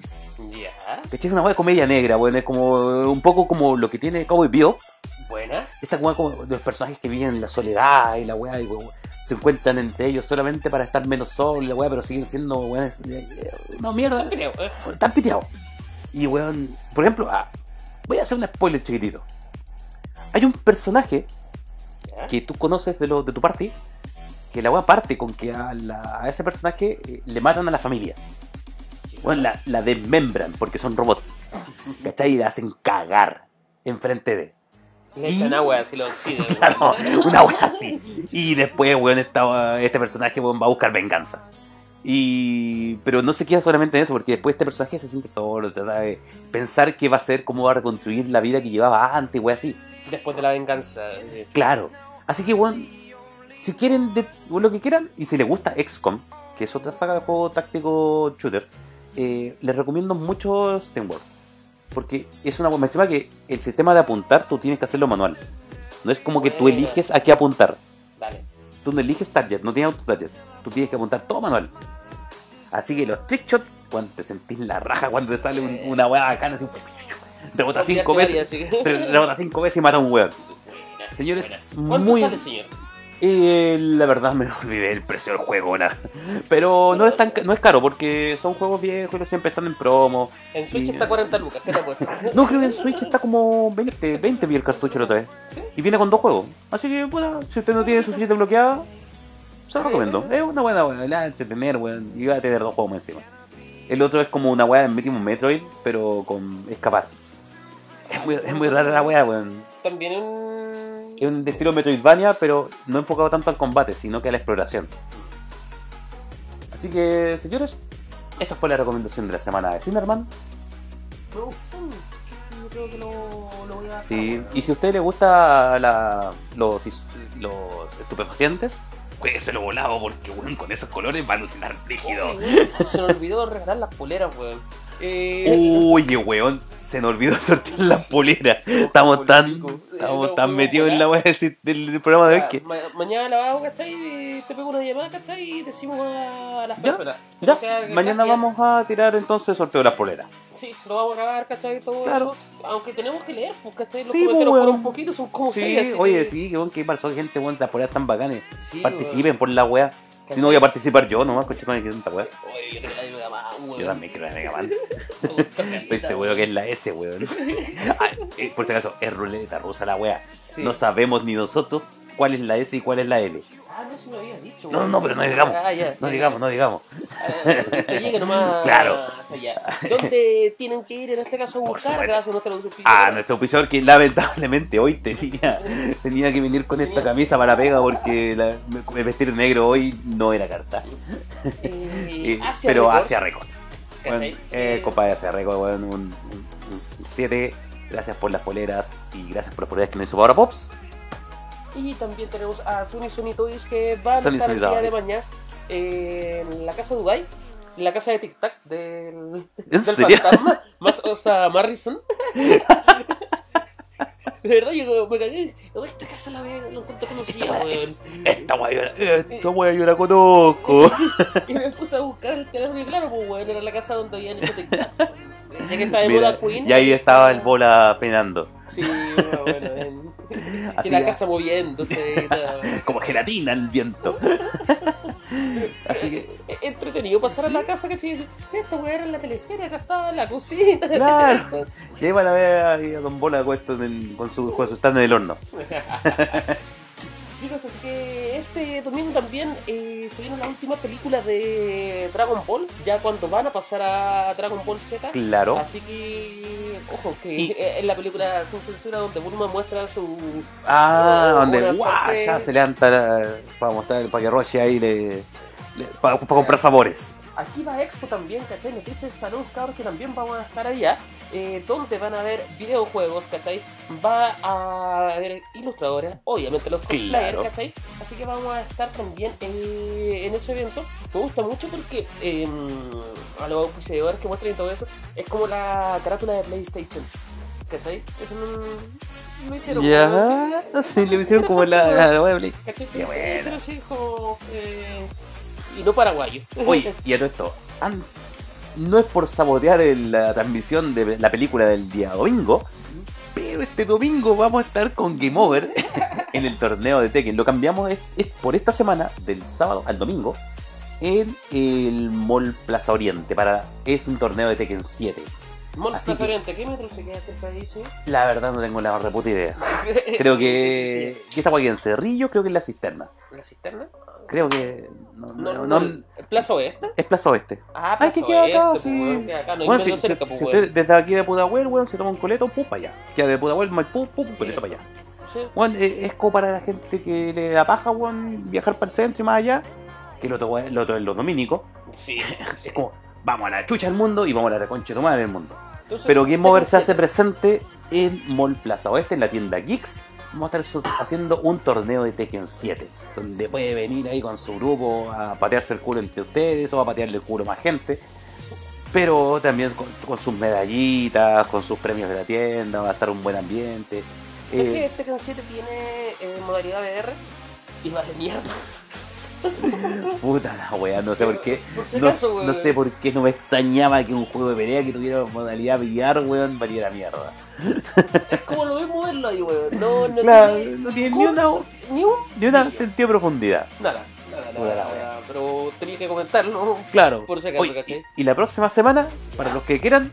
Ya.
¿Cachai? Es una weá de comedia negra, weón. Es como eh, un poco como lo que tiene Cowboy Bebop.
Buena.
Esta weá como de los personajes que viven en la soledad y la weá y weón, se encuentran entre ellos solamente para estar menos solos, y la weá, pero siguen siendo weones. eh, eh, No mierda,
Creo, eh.
están piteados. Y weón, por ejemplo, ah, voy a hacer un spoiler chiquitito. Hay un personaje
Ya.
que tú conoces de, lo, de tu party que la weá parte con que a, la- a ese personaje eh, le matan a la familia. Bueno, la, la desmembran porque son robots. ¿Cachai? Y la hacen cagar enfrente de.
Le
y-
echan agua si lo oxidan. weón.
Claro, una wea así. Y después, weón, esta- este personaje weón, va a buscar venganza. Y. Pero no se queda solamente en eso, porque después este personaje se siente solo, trata de pensar qué va a ser, cómo va a reconstruir la vida que llevaba antes, wea así.
Después de la venganza. sí.
Claro. Así que, weón, si quieren de- o lo que quieran, y si les gusta XCOM, que es otra saga de juego táctico shooter, eh, les recomiendo mucho Steamworld. Porque es una buena encima que el sistema de apuntar tú tienes que hacerlo manual. No es como que tú
Buena.
eliges a qué apuntar.
Dale.
Tú no eliges target, no tienes auto-target. Tú tienes que apuntar todo manual. Así que los trick shots, cuando te sentís la raja, cuando te sale un- una weá bacana, así, rebota
Tiraste
cinco veces,
varias, así que-
rebota cinco veces y mata a un weón.
Buena,
Señores,
buena. ¿Cuánto
muy-
sale, señor?
Eh, la verdad me olvidé el precio del juego, la- pero no es tan ca- no es caro porque son juegos viejos y siempre están en promo.
En Switch
Y-
está 40 lucas, ¿qué te apuesto?
No creo que en Switch está como 20, 20 vi el cartucho la otra vez.
¿Sí?
Y viene con dos juegos. Así que bueno, si usted no tiene su suficiente bloqueada, se lo recomiendo. Es una buena weá, la va a entretener, weón. Y va a tener dos juegos más encima. El otro es como una weá en mínimo Metroid, pero con escapar. Es muy, es muy rara la weá, weón.
También un...
Es un estilo Metroidvania, pero no enfocado tanto al combate, sino que a la exploración. Así que, señores, esa fue la recomendación de la semana de Cinerman.
Me gustó. Yo creo que lo, lo voy a...
Sí, y si a usted le gusta la, los, his- los estupefacientes, pues, se lo volado porque weón, con esos colores va a alucinar rígido.
Uy, uy, se me olvidó regalar las poleras, weón. Eh,
Oye, weón, se nos olvidó sortear las poleras. Estamos tan,
político. Eh,
estamos
no,
tan
no,
metidos en la weá del del programa de hoy
Ya,
que.
Ah, ma- mañana la vamos, ¿cachai? Te pego una llamada, ¿cachai? Y decimos a, a las
Ya,
personas.
Ya,
Porque
mañana
gracias.
vamos a tirar entonces el sorteo de las poleras.
Sí, lo vamos a grabar, ¿cachai? Todo
Claro.
eso. Aunque tenemos que leer, pues, ¿cachai? Los
Sí, pues,
comentarios fueron
weón.
poquitos, son como
Sí,
seis. Uh, así
oye,
que-
sí, que weón, que pasó, gente, weón, las poleras tan bacanes.
Sí,
Participen por la weá. Si no voy a participar yo nomás, coche, no hay que tanta weá.
weón. Oye, yo creo que la Mega Man, weón.
Yo también quiero la Mega Man.
Me gusta caleta,
Estoy seguro que es la S, weón. Ah, eh, por si acaso, es ruleta rusa la weá.
Sí.
No sabemos ni nosotros cuál es la S y cuál es la L.
Ah, no, si me habías dicho.
No, no,
weón.
no, pero no digamos.
Ah, ya.
No
ya,
digamos, no digamos.
Ah, que llegue nomás
Claro.
hasta allá. ¿Dónde tienen que ir en este caso a
Por
buscar?
supuesto.
Gracias a nuestro auspiciador.
Ah, nuestro auspiciador que lamentablemente hoy tenía, tenía que venir con esta camisa para pega porque la- me- vestir negro hoy no era carta. Eh,
Eh, Asia
pero
Records,
hacia Records.
¿cachai?
Bueno, eh,
Eh,
compadre, hacia Records, bueno, un 7. Gracias por las poleras y gracias por las poleras que nos hizo Power Pops.
Y también tenemos a Sony Sony Toys que van
Sony
a estar el
Sony
día de
Toys.
mañana en la casa de Dubai, en la casa de Tic Tac del, del
¿En serio?
fantasma, Max Osa Marrison. De verdad, yo me cagué. No, Esta casa la veo, lo encuentro conocida,
Esta weá-
weón.
Esta wea yo la, esta wea yo la conozco.
Y me puse a buscar el teléfono y claro, pues weón, era la casa donde habían hecho Tic Tac. Ya que estaba de
Mira,
moda Queen.
y ahí estaba el bola penando.
Sí, bueno, bueno. en-
Así
y la
ya.
casa moviéndose y todo.
Como gelatina en el viento. Así que,
Es Eh, entretenido pasar a la casa, ¿cachai? Y decir, esta weá era la telecena, acá estaba la cocina.
Claro. y ahí van a ver ahí a Don Bola puesto en el- con, su, con su stand en el horno.
Chicos, así que este domingo también eh, se vieron las últimas películas de Dragon Ball, ya cuando van a pasar a Dragon Ball Z.
Claro.
Así que, ojo, que
Y-
eh, en la película Sin Censura, donde Bulma muestra su.
Ah,
Oh,
donde
una
guau,
fuerte-
ya se levanta la- para mostrar para que Roche ahí le, le- para, para comprar sabores.
Aquí va Expo también, ¿cachai? Nos dice saludos, cabros, que también vamos a estar allá. eh, donde van a ver videojuegos, ¿cachai? Va a haber ilustradores, obviamente los cosplayers,
Claro.
¿cachai? Así que vamos a estar también eh, en ese evento. Me gusta mucho porque eh, a los auspiciadores que muestran y todo eso, es como la carátula de PlayStation, ¿cachai? Eso no, no hicieron.
Ya, sí, le hicieron como la, la- la wea de Blake.
¿Cachai?
Qué buena.
Hicieron así como, eh, y no paraguayo.
Oye, y a todo esto, an- no es por sabotear el- la transmisión de la película del día domingo, pero este domingo vamos a estar con Game Over en el torneo de Tekken. Lo cambiamos es, es por esta semana, del sábado al domingo, en el Mall Plaza Oriente. Para, es un torneo de Tekken 7.
Monster
Así que-
Oriente, ¿qué metro se queda cerca de ahí, sí?
La verdad no tengo la más reputa idea. Creo que, que está aquí en Cerrillo, creo que es la cisterna.
¿La cisterna?
Creo que... No,
No, no,
no-
no. ¿Plaza Oeste?
es Plaza Oeste.
Ah,
Ay, que
Plaza
queda acá,
Oeste,
sí.
pues, weón, queda acá, no hay
Bueno,
metro
si,
cerca,
si-
pues,
si
weón.
usted desde aquí de Pudahuel, weón, se toma un coleto, pum, para allá. Ya de Pudahuel, Maipú, pum, coleto para allá.
Sí.
Weón, eh, es como para la gente que le da paja, weón, viajar para el centro y más allá, que lo otro, lo otro es los dominicos.
Sí.
Es como, vamos a la chucha del mundo y vamos a la concha de tomar el mundo.
Entonces,
Pero Game Over se hace
siete.
presente en Mall Plaza Oeste, en la tienda Geeks. Vamos a estar su- haciendo un torneo de Tekken 7, donde puede venir ahí con su grupo a patearse el culo entre ustedes o a patearle el culo a más gente. Pero también con, con sus medallitas, con sus premios de la tienda, va a estar un buen ambiente.
¿Sabes que
Eh,
este Tekken 7 tiene eh, modalidad VR? Y vale mierda.
puta la wea, no sé
Pero,
por qué.
por si
no,
acaso,
no
weón.
sé por qué no me extrañaba que un juego de pelea que tuviera modalidad billar, weón, valiera mierda.
Es como lo mismo verlo ahí, weón. No, no
Claro,
tiene,
no tiene ni una-
Ni un...
De una
brillo.
sentido de profundidad.
Nada, nada,
Puta
nada,
la
nada. Pero tenía que comentarlo.
Claro.
Por si acaso,
Oye,
¿cachai? Ah.
y, y la próxima semana, para los que quieran,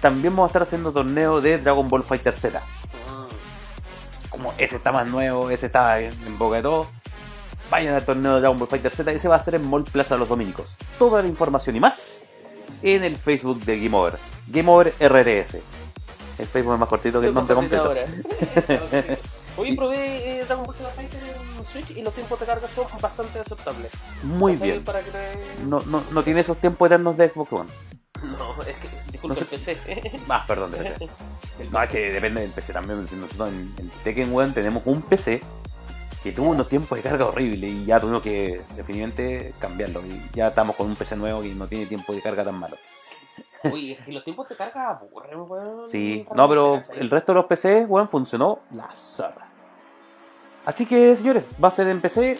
también vamos a estar haciendo torneo de Dragon Ball Fighter Z.
Mm.
Como ese está más nuevo, ese está en, en boca de todos. Vayan al torneo de Dragon Ball Fighter Z, ese va a ser en Mall Plaza los Dominicos. Toda la información y más en el Facebook de Game Over. Game Over RTS. El Facebook es más cortito que el nombre completo.
Ahora. Hoy probé eh, Dragon Ball Z Fighter en Switch y los tiempos de carga son bastante aceptables.
Muy
¿Cachai?
bien.
Para que te-
No, no, no tiene esos tiempos eternos de Xbox One.
No, es que, disculpa,
No
el PC.
Ah, perdón, de PC. No, es que depende del PC también. Si Nosotros en, en Tekken, weón, tenemos un PC que tuvo unos tiempos de carga horrible y ya tuvimos que definitivamente cambiarlo. Y ya estamos con un PC nuevo que no tiene tiempo de carga tan malo.
Uy, es que los tiempos de carga aburren, weón.
Sí,
Realmente,
no, pero
¿cachai?
el resto de los PCs, weón, funcionó la zorra. Así que, señores, va a ser en PC.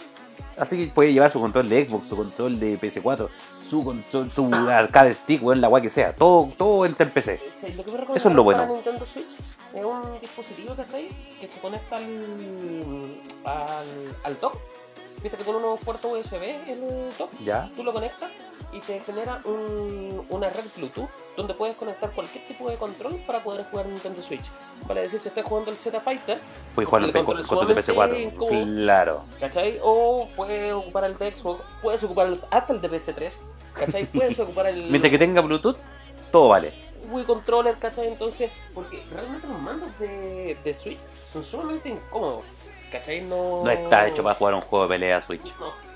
Así que puede llevar su control de Xbox, su control de PS4, su control, su arcade stick, weón, la guay que sea. Todo, todo entra en PC.
Eh, Sí, lo que me
Eso es lo
recomendaron
bueno.
para Nintendo Switch es un dispositivo, ¿cachai? Que se conecta al, al, al dock. Viste que tiene unos puertos USB el dock.
¿Ya?
Tú lo conectas y te genera un- una red Bluetooth donde puedes conectar cualquier tipo de control para poder jugar Nintendo Switch. Vale decir, si estás jugando el Z Fighter,
Puedes jugar
El
en P-
control
control de
suavemente,
PS4.
como-
Claro.
¿cachai? O puedes ocupar el de Xbox, puedes ocupar el- hasta el de PS3, ¿cachai? Puedes ocupar el.
Mientras que tenga Bluetooth, todo vale.
Wii Controller, ¿cachai? Entonces, porque realmente los mandos de, de Switch son sumamente incómodos, ¿cachai? No,
No está hecho para jugar un juego de pelea Switch.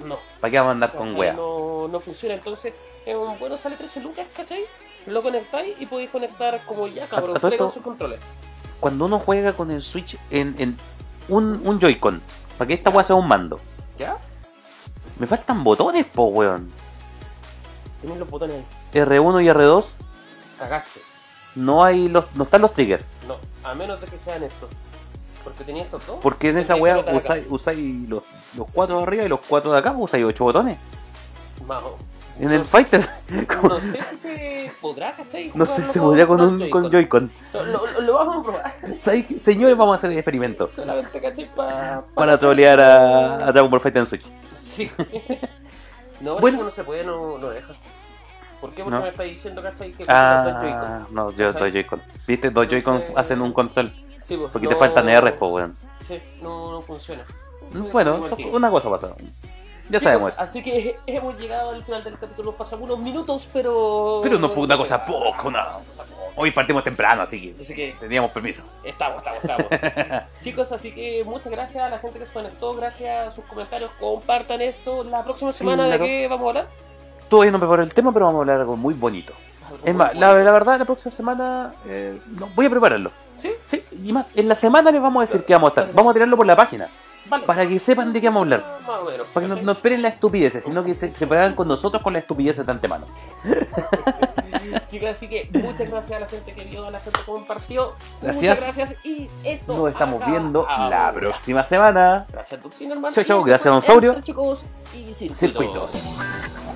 No, no.
¿Para qué vamos a andar
¿cachai?
con wea?
No, no funciona. Entonces, es un bueno sale 13 lucas, ¿cachai? Lo conectáis y podéis conectar como ya,
A-
cabrón,
a todo
traigan
esto-
sus controles.
Cuando uno juega con el Switch en, en un, un Joy-Con, ¿para qué esta wea sea un mando?
¿Ya?
Me faltan botones, po, weón.
Tenéis los botones ahí.
R1 y R2,
Cagaste.
no hay los, no están los triggers.
No, a menos de que sean estos. Porque tenía estos dos.
Porque en esa
Tendría que
wea
colocar acá.
usáis, usáis los, los cuatro de arriba y los cuatro de acá, pues, usáis ocho botones.
Más o-
En
no
el
sé-
Fighter, como-
No sé si se podrá, ¿cachai?
no sé
Jugarlo
si podría con
los
un con
Joy-Con.
Joy-Con.
Lo, lo- lo vamos a probar.
¿Sabéis qué? Señores, vamos a hacer el experimento
Solamente, ¿cachai? Pa- pa-
para trolear a, a Dragon Ball Fighter en Switch.
Sí. No,
Bueno.
bueno. no se puede, no, no deja. ¿Por qué? Porque
No.
me está diciendo, ¿cachai? Que
Ah, no, yo
¿Cachai?
dos Joy-Con. Viste, dos Joy-Con
Entonces-
hacen un control.
Sí, pues,
Porque te
no-
faltan R, pues, weón.
Sí, no, no funciona.
Bueno,
Seguimos aquí.
una cosa pasa. Ya
Chicos,
sabemos eso.
Así que hemos llegado al final del capítulo. Pasamos unos minutos, pero.
Pero no fue una cosa poco, no. Hoy partimos temprano, así que
Así que
teníamos permiso.
estamos, estamos, estamos. Chicos, así que muchas gracias a la gente que se conectó. Gracias a sus comentarios. Compartan esto. La próxima semana,
Claro.
¿de qué vamos a hablar?
Todavía no preparé el tema, pero vamos a hablar de algo muy bonito. Es más, la, la verdad, la próxima semana eh, no, voy a prepararlo.
¿Sí?
Sí, y más, en la semana les vamos a decir que vamos a estar. Vamos a tirarlo por la página,
Vale.
para que sepan de qué vamos a hablar.
Más o menos.
Para que no,
¿cachai?
no esperen la estupidez, sino que se preparen con nosotros con la estupidez de antemano.
Chicas, así que muchas gracias a la gente que vio, a la gente que compartió.
Gracias.
Muchas gracias y esto.
Nos estamos
acaba
viendo la
ahora.
próxima semana.
Gracias, Tuxino, hermano.
Chau, chau,
Y
gracias,
esto
Don
fue
Saurio.
Entre Chocobos y circuitos.
Circuitos.